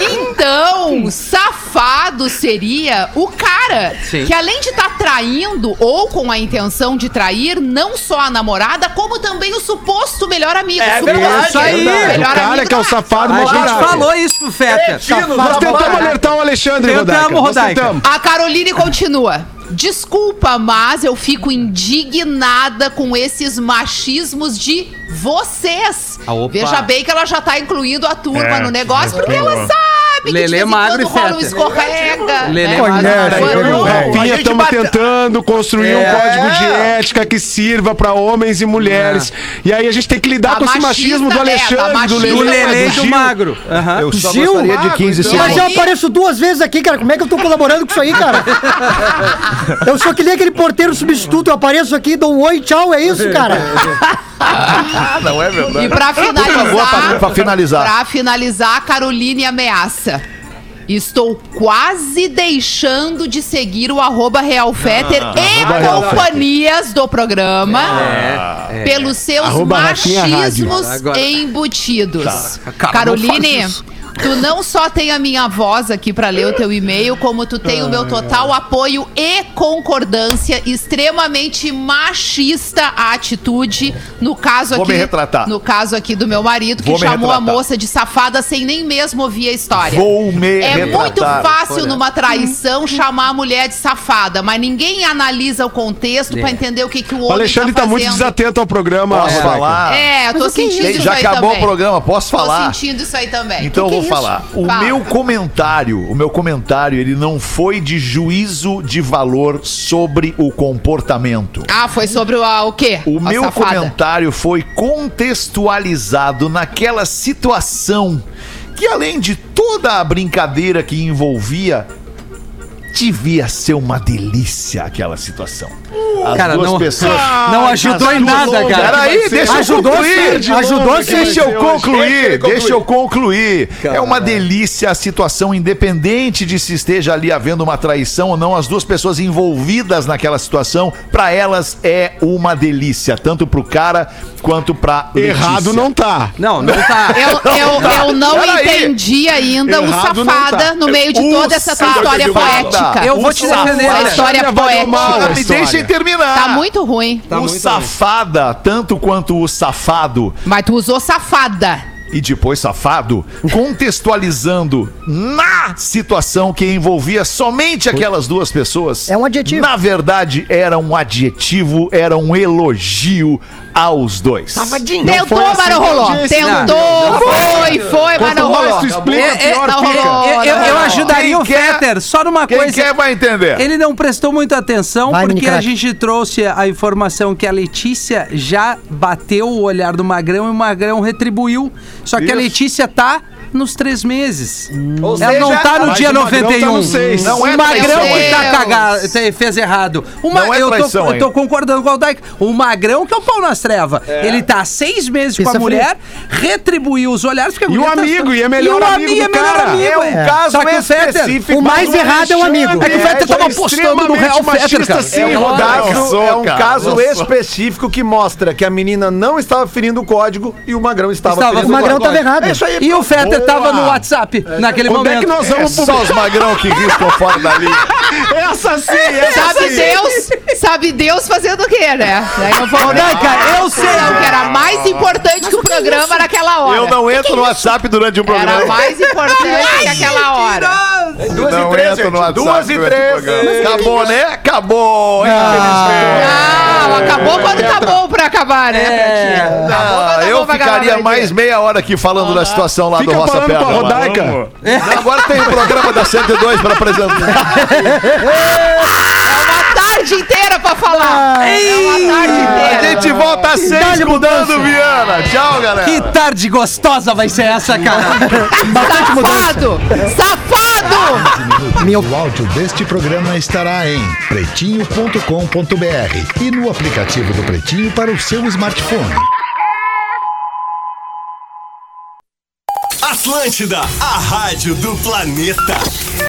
Speaker 8: Então, safado seria o cara
Speaker 5: Sim.
Speaker 8: que além de estar traindo ou com a intenção de trair não só a namorada, como também o suposto melhor amigo. É
Speaker 5: verdade,
Speaker 8: isso
Speaker 5: é
Speaker 8: aí.
Speaker 5: verdade.
Speaker 1: O cara que é o safado
Speaker 5: A gente
Speaker 1: moral.
Speaker 5: falou isso pro Feta.
Speaker 1: Nós tentamos alertar o Alexandre,
Speaker 5: Tentamos,
Speaker 1: Rodaica. Nós
Speaker 5: Rodaica.
Speaker 1: tentamos.
Speaker 8: A Caroline continua. Desculpa, mas eu fico indignada com esses machismos de vocês.
Speaker 5: Ah, opa.
Speaker 8: Veja bem que ela já tá incluindo a turma
Speaker 9: É,
Speaker 8: no negócio,
Speaker 9: é,
Speaker 8: porque
Speaker 9: é.
Speaker 8: ela sabe que
Speaker 5: Lelê
Speaker 8: de vez em
Speaker 5: magro
Speaker 8: quando
Speaker 5: e
Speaker 8: rola um
Speaker 5: feta.
Speaker 8: escorrega.
Speaker 5: Lelê
Speaker 8: né?
Speaker 5: magro e
Speaker 1: Conhece,
Speaker 5: feta.
Speaker 1: eu e o
Speaker 8: Não,
Speaker 1: Rafinha É, estamos tentando construir um código de ética que sirva para homens e mulheres. E aí a gente tem que lidar
Speaker 8: Tá
Speaker 1: com esse machismo do
Speaker 8: machista, né? Tá
Speaker 1: Alexandre, do
Speaker 8: machista.
Speaker 5: Do
Speaker 1: Lelê,
Speaker 5: Lelê e do
Speaker 1: Gil.
Speaker 5: Magro. Aham.
Speaker 4: Eu só
Speaker 7: Gil,
Speaker 4: gostaria
Speaker 8: ah,
Speaker 4: de 15
Speaker 8: então,
Speaker 7: Sim,
Speaker 4: segundos.
Speaker 7: mas eu apareço duas vezes aqui, cara. Como é que eu tô colaborando com isso aí, cara? Eu sou que nem aquele porteiro substituto. Eu apareço aqui, dou um oi, tchau. É isso, cara?
Speaker 4: Não é
Speaker 8: E
Speaker 4: verdade.
Speaker 8: pra finalizar,
Speaker 4: favor, pra- pra finalizar.
Speaker 8: pra finalizar, a Caroline ameaça. Estou quase deixando de seguir o arroba Realfetter e companhias do programa É, pelos seus
Speaker 1: Arroba Rafinha Rádio.
Speaker 8: machismos
Speaker 5: Agora-
Speaker 8: embutidos.
Speaker 5: Cara, não
Speaker 8: Caroline,
Speaker 5: faz isso.
Speaker 8: tu não só tem a minha voz aqui pra ler o teu e-mail, como tu tem o meu total apoio e concordância extremamente machista a atitude, no caso
Speaker 4: Vou
Speaker 8: aqui,
Speaker 4: me retratar.
Speaker 8: no caso aqui do meu marido que
Speaker 4: Vou me
Speaker 8: chamou a
Speaker 4: retratar.
Speaker 8: moça de safada sem nem mesmo ouvir a história.
Speaker 4: Vou me
Speaker 8: É muito
Speaker 4: retratar.
Speaker 8: fácil numa traição chamar a mulher de safada, mas ninguém analisa o contexto pra entender o que, que o
Speaker 1: O
Speaker 8: outro
Speaker 1: Alexandre tá, muito desatento ao programa.
Speaker 4: Posso
Speaker 1: Rodaica.
Speaker 4: falar?
Speaker 8: É, eu tô sentindo isso
Speaker 4: Já
Speaker 8: aí
Speaker 4: acabou
Speaker 8: também.
Speaker 4: o programa, posso
Speaker 8: Tô
Speaker 4: falar?
Speaker 8: sentindo isso aí também.
Speaker 4: Então eu
Speaker 8: Que
Speaker 4: vou
Speaker 8: que é
Speaker 4: falar.
Speaker 8: isso?
Speaker 4: O
Speaker 8: Fala.
Speaker 4: meu comentário, o meu comentário, ele não foi de juízo de valor sobre o comportamento.
Speaker 8: Ah, foi sobre o, a- o quê?
Speaker 4: O
Speaker 8: A
Speaker 4: meu
Speaker 8: safada.
Speaker 4: comentário foi contextualizado naquela situação que, além de toda a brincadeira que envolvia, devia ser uma delícia aquela situação. As
Speaker 5: Cara,
Speaker 4: duas
Speaker 5: não-
Speaker 4: pessoas.
Speaker 5: não ajudou em
Speaker 4: Ah,
Speaker 5: nada, cara. Tipo assim,
Speaker 4: Peraí, deixa eu
Speaker 5: Ajudou
Speaker 4: concluir.
Speaker 5: sim,
Speaker 4: ajudou sim. Deixa eu concluir,
Speaker 6: ele concluir.
Speaker 4: deixa eu concluir. É uma delícia a situação, independente de se esteja ali havendo uma traição ou não, as duas pessoas envolvidas naquela situação, pra elas é uma delícia, tanto pro cara quanto pra
Speaker 1: Errado
Speaker 4: Letícia.
Speaker 1: não tá.
Speaker 5: Não, não tá.
Speaker 8: Eu, eu, eu não
Speaker 4: Peraí.
Speaker 8: entendi ainda
Speaker 1: Errado
Speaker 8: o
Speaker 1: não
Speaker 8: safada
Speaker 1: tá.
Speaker 8: no meio de
Speaker 4: O
Speaker 8: toda essa tua história
Speaker 4: safada.
Speaker 8: poética.
Speaker 5: Eu vou te defender.
Speaker 8: A
Speaker 5: né?
Speaker 8: história
Speaker 1: Avaliou mal
Speaker 8: poética.
Speaker 1: a
Speaker 4: Tá, Me
Speaker 1: história.
Speaker 4: deixem terminar.
Speaker 8: Tá muito ruim.
Speaker 4: o safada, tanto quanto o safado,
Speaker 8: Mas tu usou safada.
Speaker 4: e depois safado, contextualizando na situação que envolvia somente aquelas duas pessoas.
Speaker 7: É um adjetivo.
Speaker 4: Na verdade, era um adjetivo, era um elogio aos dois.
Speaker 8: Tentou, mas não rolou.
Speaker 1: disse,
Speaker 8: Tentou, foi, foi, mas
Speaker 1: Quanto
Speaker 8: não
Speaker 1: mais
Speaker 8: rolou.
Speaker 1: tu explica,
Speaker 5: É, é,
Speaker 1: pior
Speaker 8: não
Speaker 1: fica.
Speaker 8: rolou.
Speaker 5: Eu, eu- eu ajudaria
Speaker 4: tá Quem
Speaker 5: o
Speaker 4: quer-
Speaker 5: Fetter só numa
Speaker 4: Quem
Speaker 5: coisa.
Speaker 4: quer vai entender.
Speaker 5: Ele não prestou muita atenção
Speaker 7: Vai,
Speaker 5: porque
Speaker 7: mini
Speaker 5: a
Speaker 7: craque.
Speaker 5: gente trouxe a informação que a Letícia já bateu o olhar do Magrão e o Magrão retribuiu. Só que a Letícia tá nos três meses.
Speaker 6: Ou
Speaker 5: Ela
Speaker 6: seja,
Speaker 5: não tá no
Speaker 1: mas
Speaker 5: dia
Speaker 1: o Magrão tá
Speaker 5: 91.
Speaker 1: no seis.
Speaker 4: Não é
Speaker 5: o Magrão
Speaker 8: traição
Speaker 5: que tá
Speaker 8: ainda.
Speaker 5: cagado, te- fez errado. O Ma-
Speaker 4: Não é
Speaker 5: eu, tô,
Speaker 4: traição
Speaker 5: eu tô
Speaker 4: ainda.
Speaker 5: concordando com o Aldair. O Magrão que é o pau nas trevas. Ele tá há seis meses com
Speaker 7: Pizza
Speaker 5: a mulher, retribuiu os olhares. Porque a
Speaker 1: E o
Speaker 5: mulher tá-
Speaker 1: amigo, e é melhor
Speaker 5: o
Speaker 1: amigo do
Speaker 5: é melhor
Speaker 1: cara.
Speaker 5: amigo,
Speaker 6: É um caso
Speaker 5: Só que o Fetter,
Speaker 6: específico,
Speaker 7: O mais
Speaker 1: um
Speaker 7: errado é o amigo.
Speaker 5: é que o Fetter tava postando no Real Fetter, cara.
Speaker 1: sim,
Speaker 6: É um
Speaker 1: Rodaica.
Speaker 6: caso, é um
Speaker 4: cara.
Speaker 6: caso
Speaker 4: Nossa.
Speaker 6: específico que mostra que a menina não estava ferindo o código e o Magrão estava,
Speaker 5: Estava.
Speaker 6: ferindo
Speaker 5: O
Speaker 7: Magrão
Speaker 6: código.
Speaker 7: tava errado.
Speaker 6: É isso aí.
Speaker 5: E o Fetter tava no WhatsApp naquele
Speaker 1: Onde
Speaker 5: momento.
Speaker 1: é que nós
Speaker 4: É
Speaker 1: vamos
Speaker 4: só os magrão que riscam fora da linha.
Speaker 1: Essa sim, essa
Speaker 8: Sabe
Speaker 5: assim-
Speaker 1: sim.
Speaker 8: Deus, sabe Deus fazendo o quê, né? Daí eu vou...
Speaker 5: Rodaica, eu sei.
Speaker 8: Não, que era mais importante que o programa
Speaker 5: assim?
Speaker 8: naquela hora.
Speaker 4: Eu não
Speaker 6: é
Speaker 4: entro no WhatsApp durante um
Speaker 5: né?
Speaker 4: programa.
Speaker 8: Era mais importante que aquela hora.
Speaker 6: Duas
Speaker 4: Não
Speaker 6: e três,
Speaker 4: entro
Speaker 6: gente.
Speaker 4: no WhatsApp
Speaker 6: Duas
Speaker 4: durante
Speaker 6: e
Speaker 4: o
Speaker 6: três.
Speaker 4: programa. Acabou, né? Acabou, hein?
Speaker 8: Não, acabou quando tá bom pra acabar, né, Pretinho?
Speaker 4: Não,
Speaker 8: Acabou quando tá
Speaker 4: eu
Speaker 8: bom pra acabar,
Speaker 4: ficaria
Speaker 8: Pretinho.
Speaker 4: mais meia hora aqui falando da situação lá do
Speaker 1: Fica
Speaker 4: Roça
Speaker 1: falando
Speaker 4: Pedra.
Speaker 1: pra Rodaica.
Speaker 9: Vamos.
Speaker 4: Não, Agora tem o programa da 102 pra apresentar.
Speaker 8: É uma tarde inteira pra falar.
Speaker 5: Ah,
Speaker 8: É uma tarde
Speaker 4: A
Speaker 8: inteira.
Speaker 4: gente volta às seis
Speaker 7: Dá-lhe
Speaker 4: com o
Speaker 7: mudança.
Speaker 4: Dando Viana. Tchau, galera.
Speaker 5: Que tarde gostosa vai ser essa, cara.
Speaker 7: Bastante mudança.
Speaker 8: Safado! Safado!
Speaker 7: Meu
Speaker 10: O áudio deste programa estará em pretinho.com.br e no aplicativo do Pretinho para o seu smartphone.
Speaker 11: Atlântida, a rádio do planeta.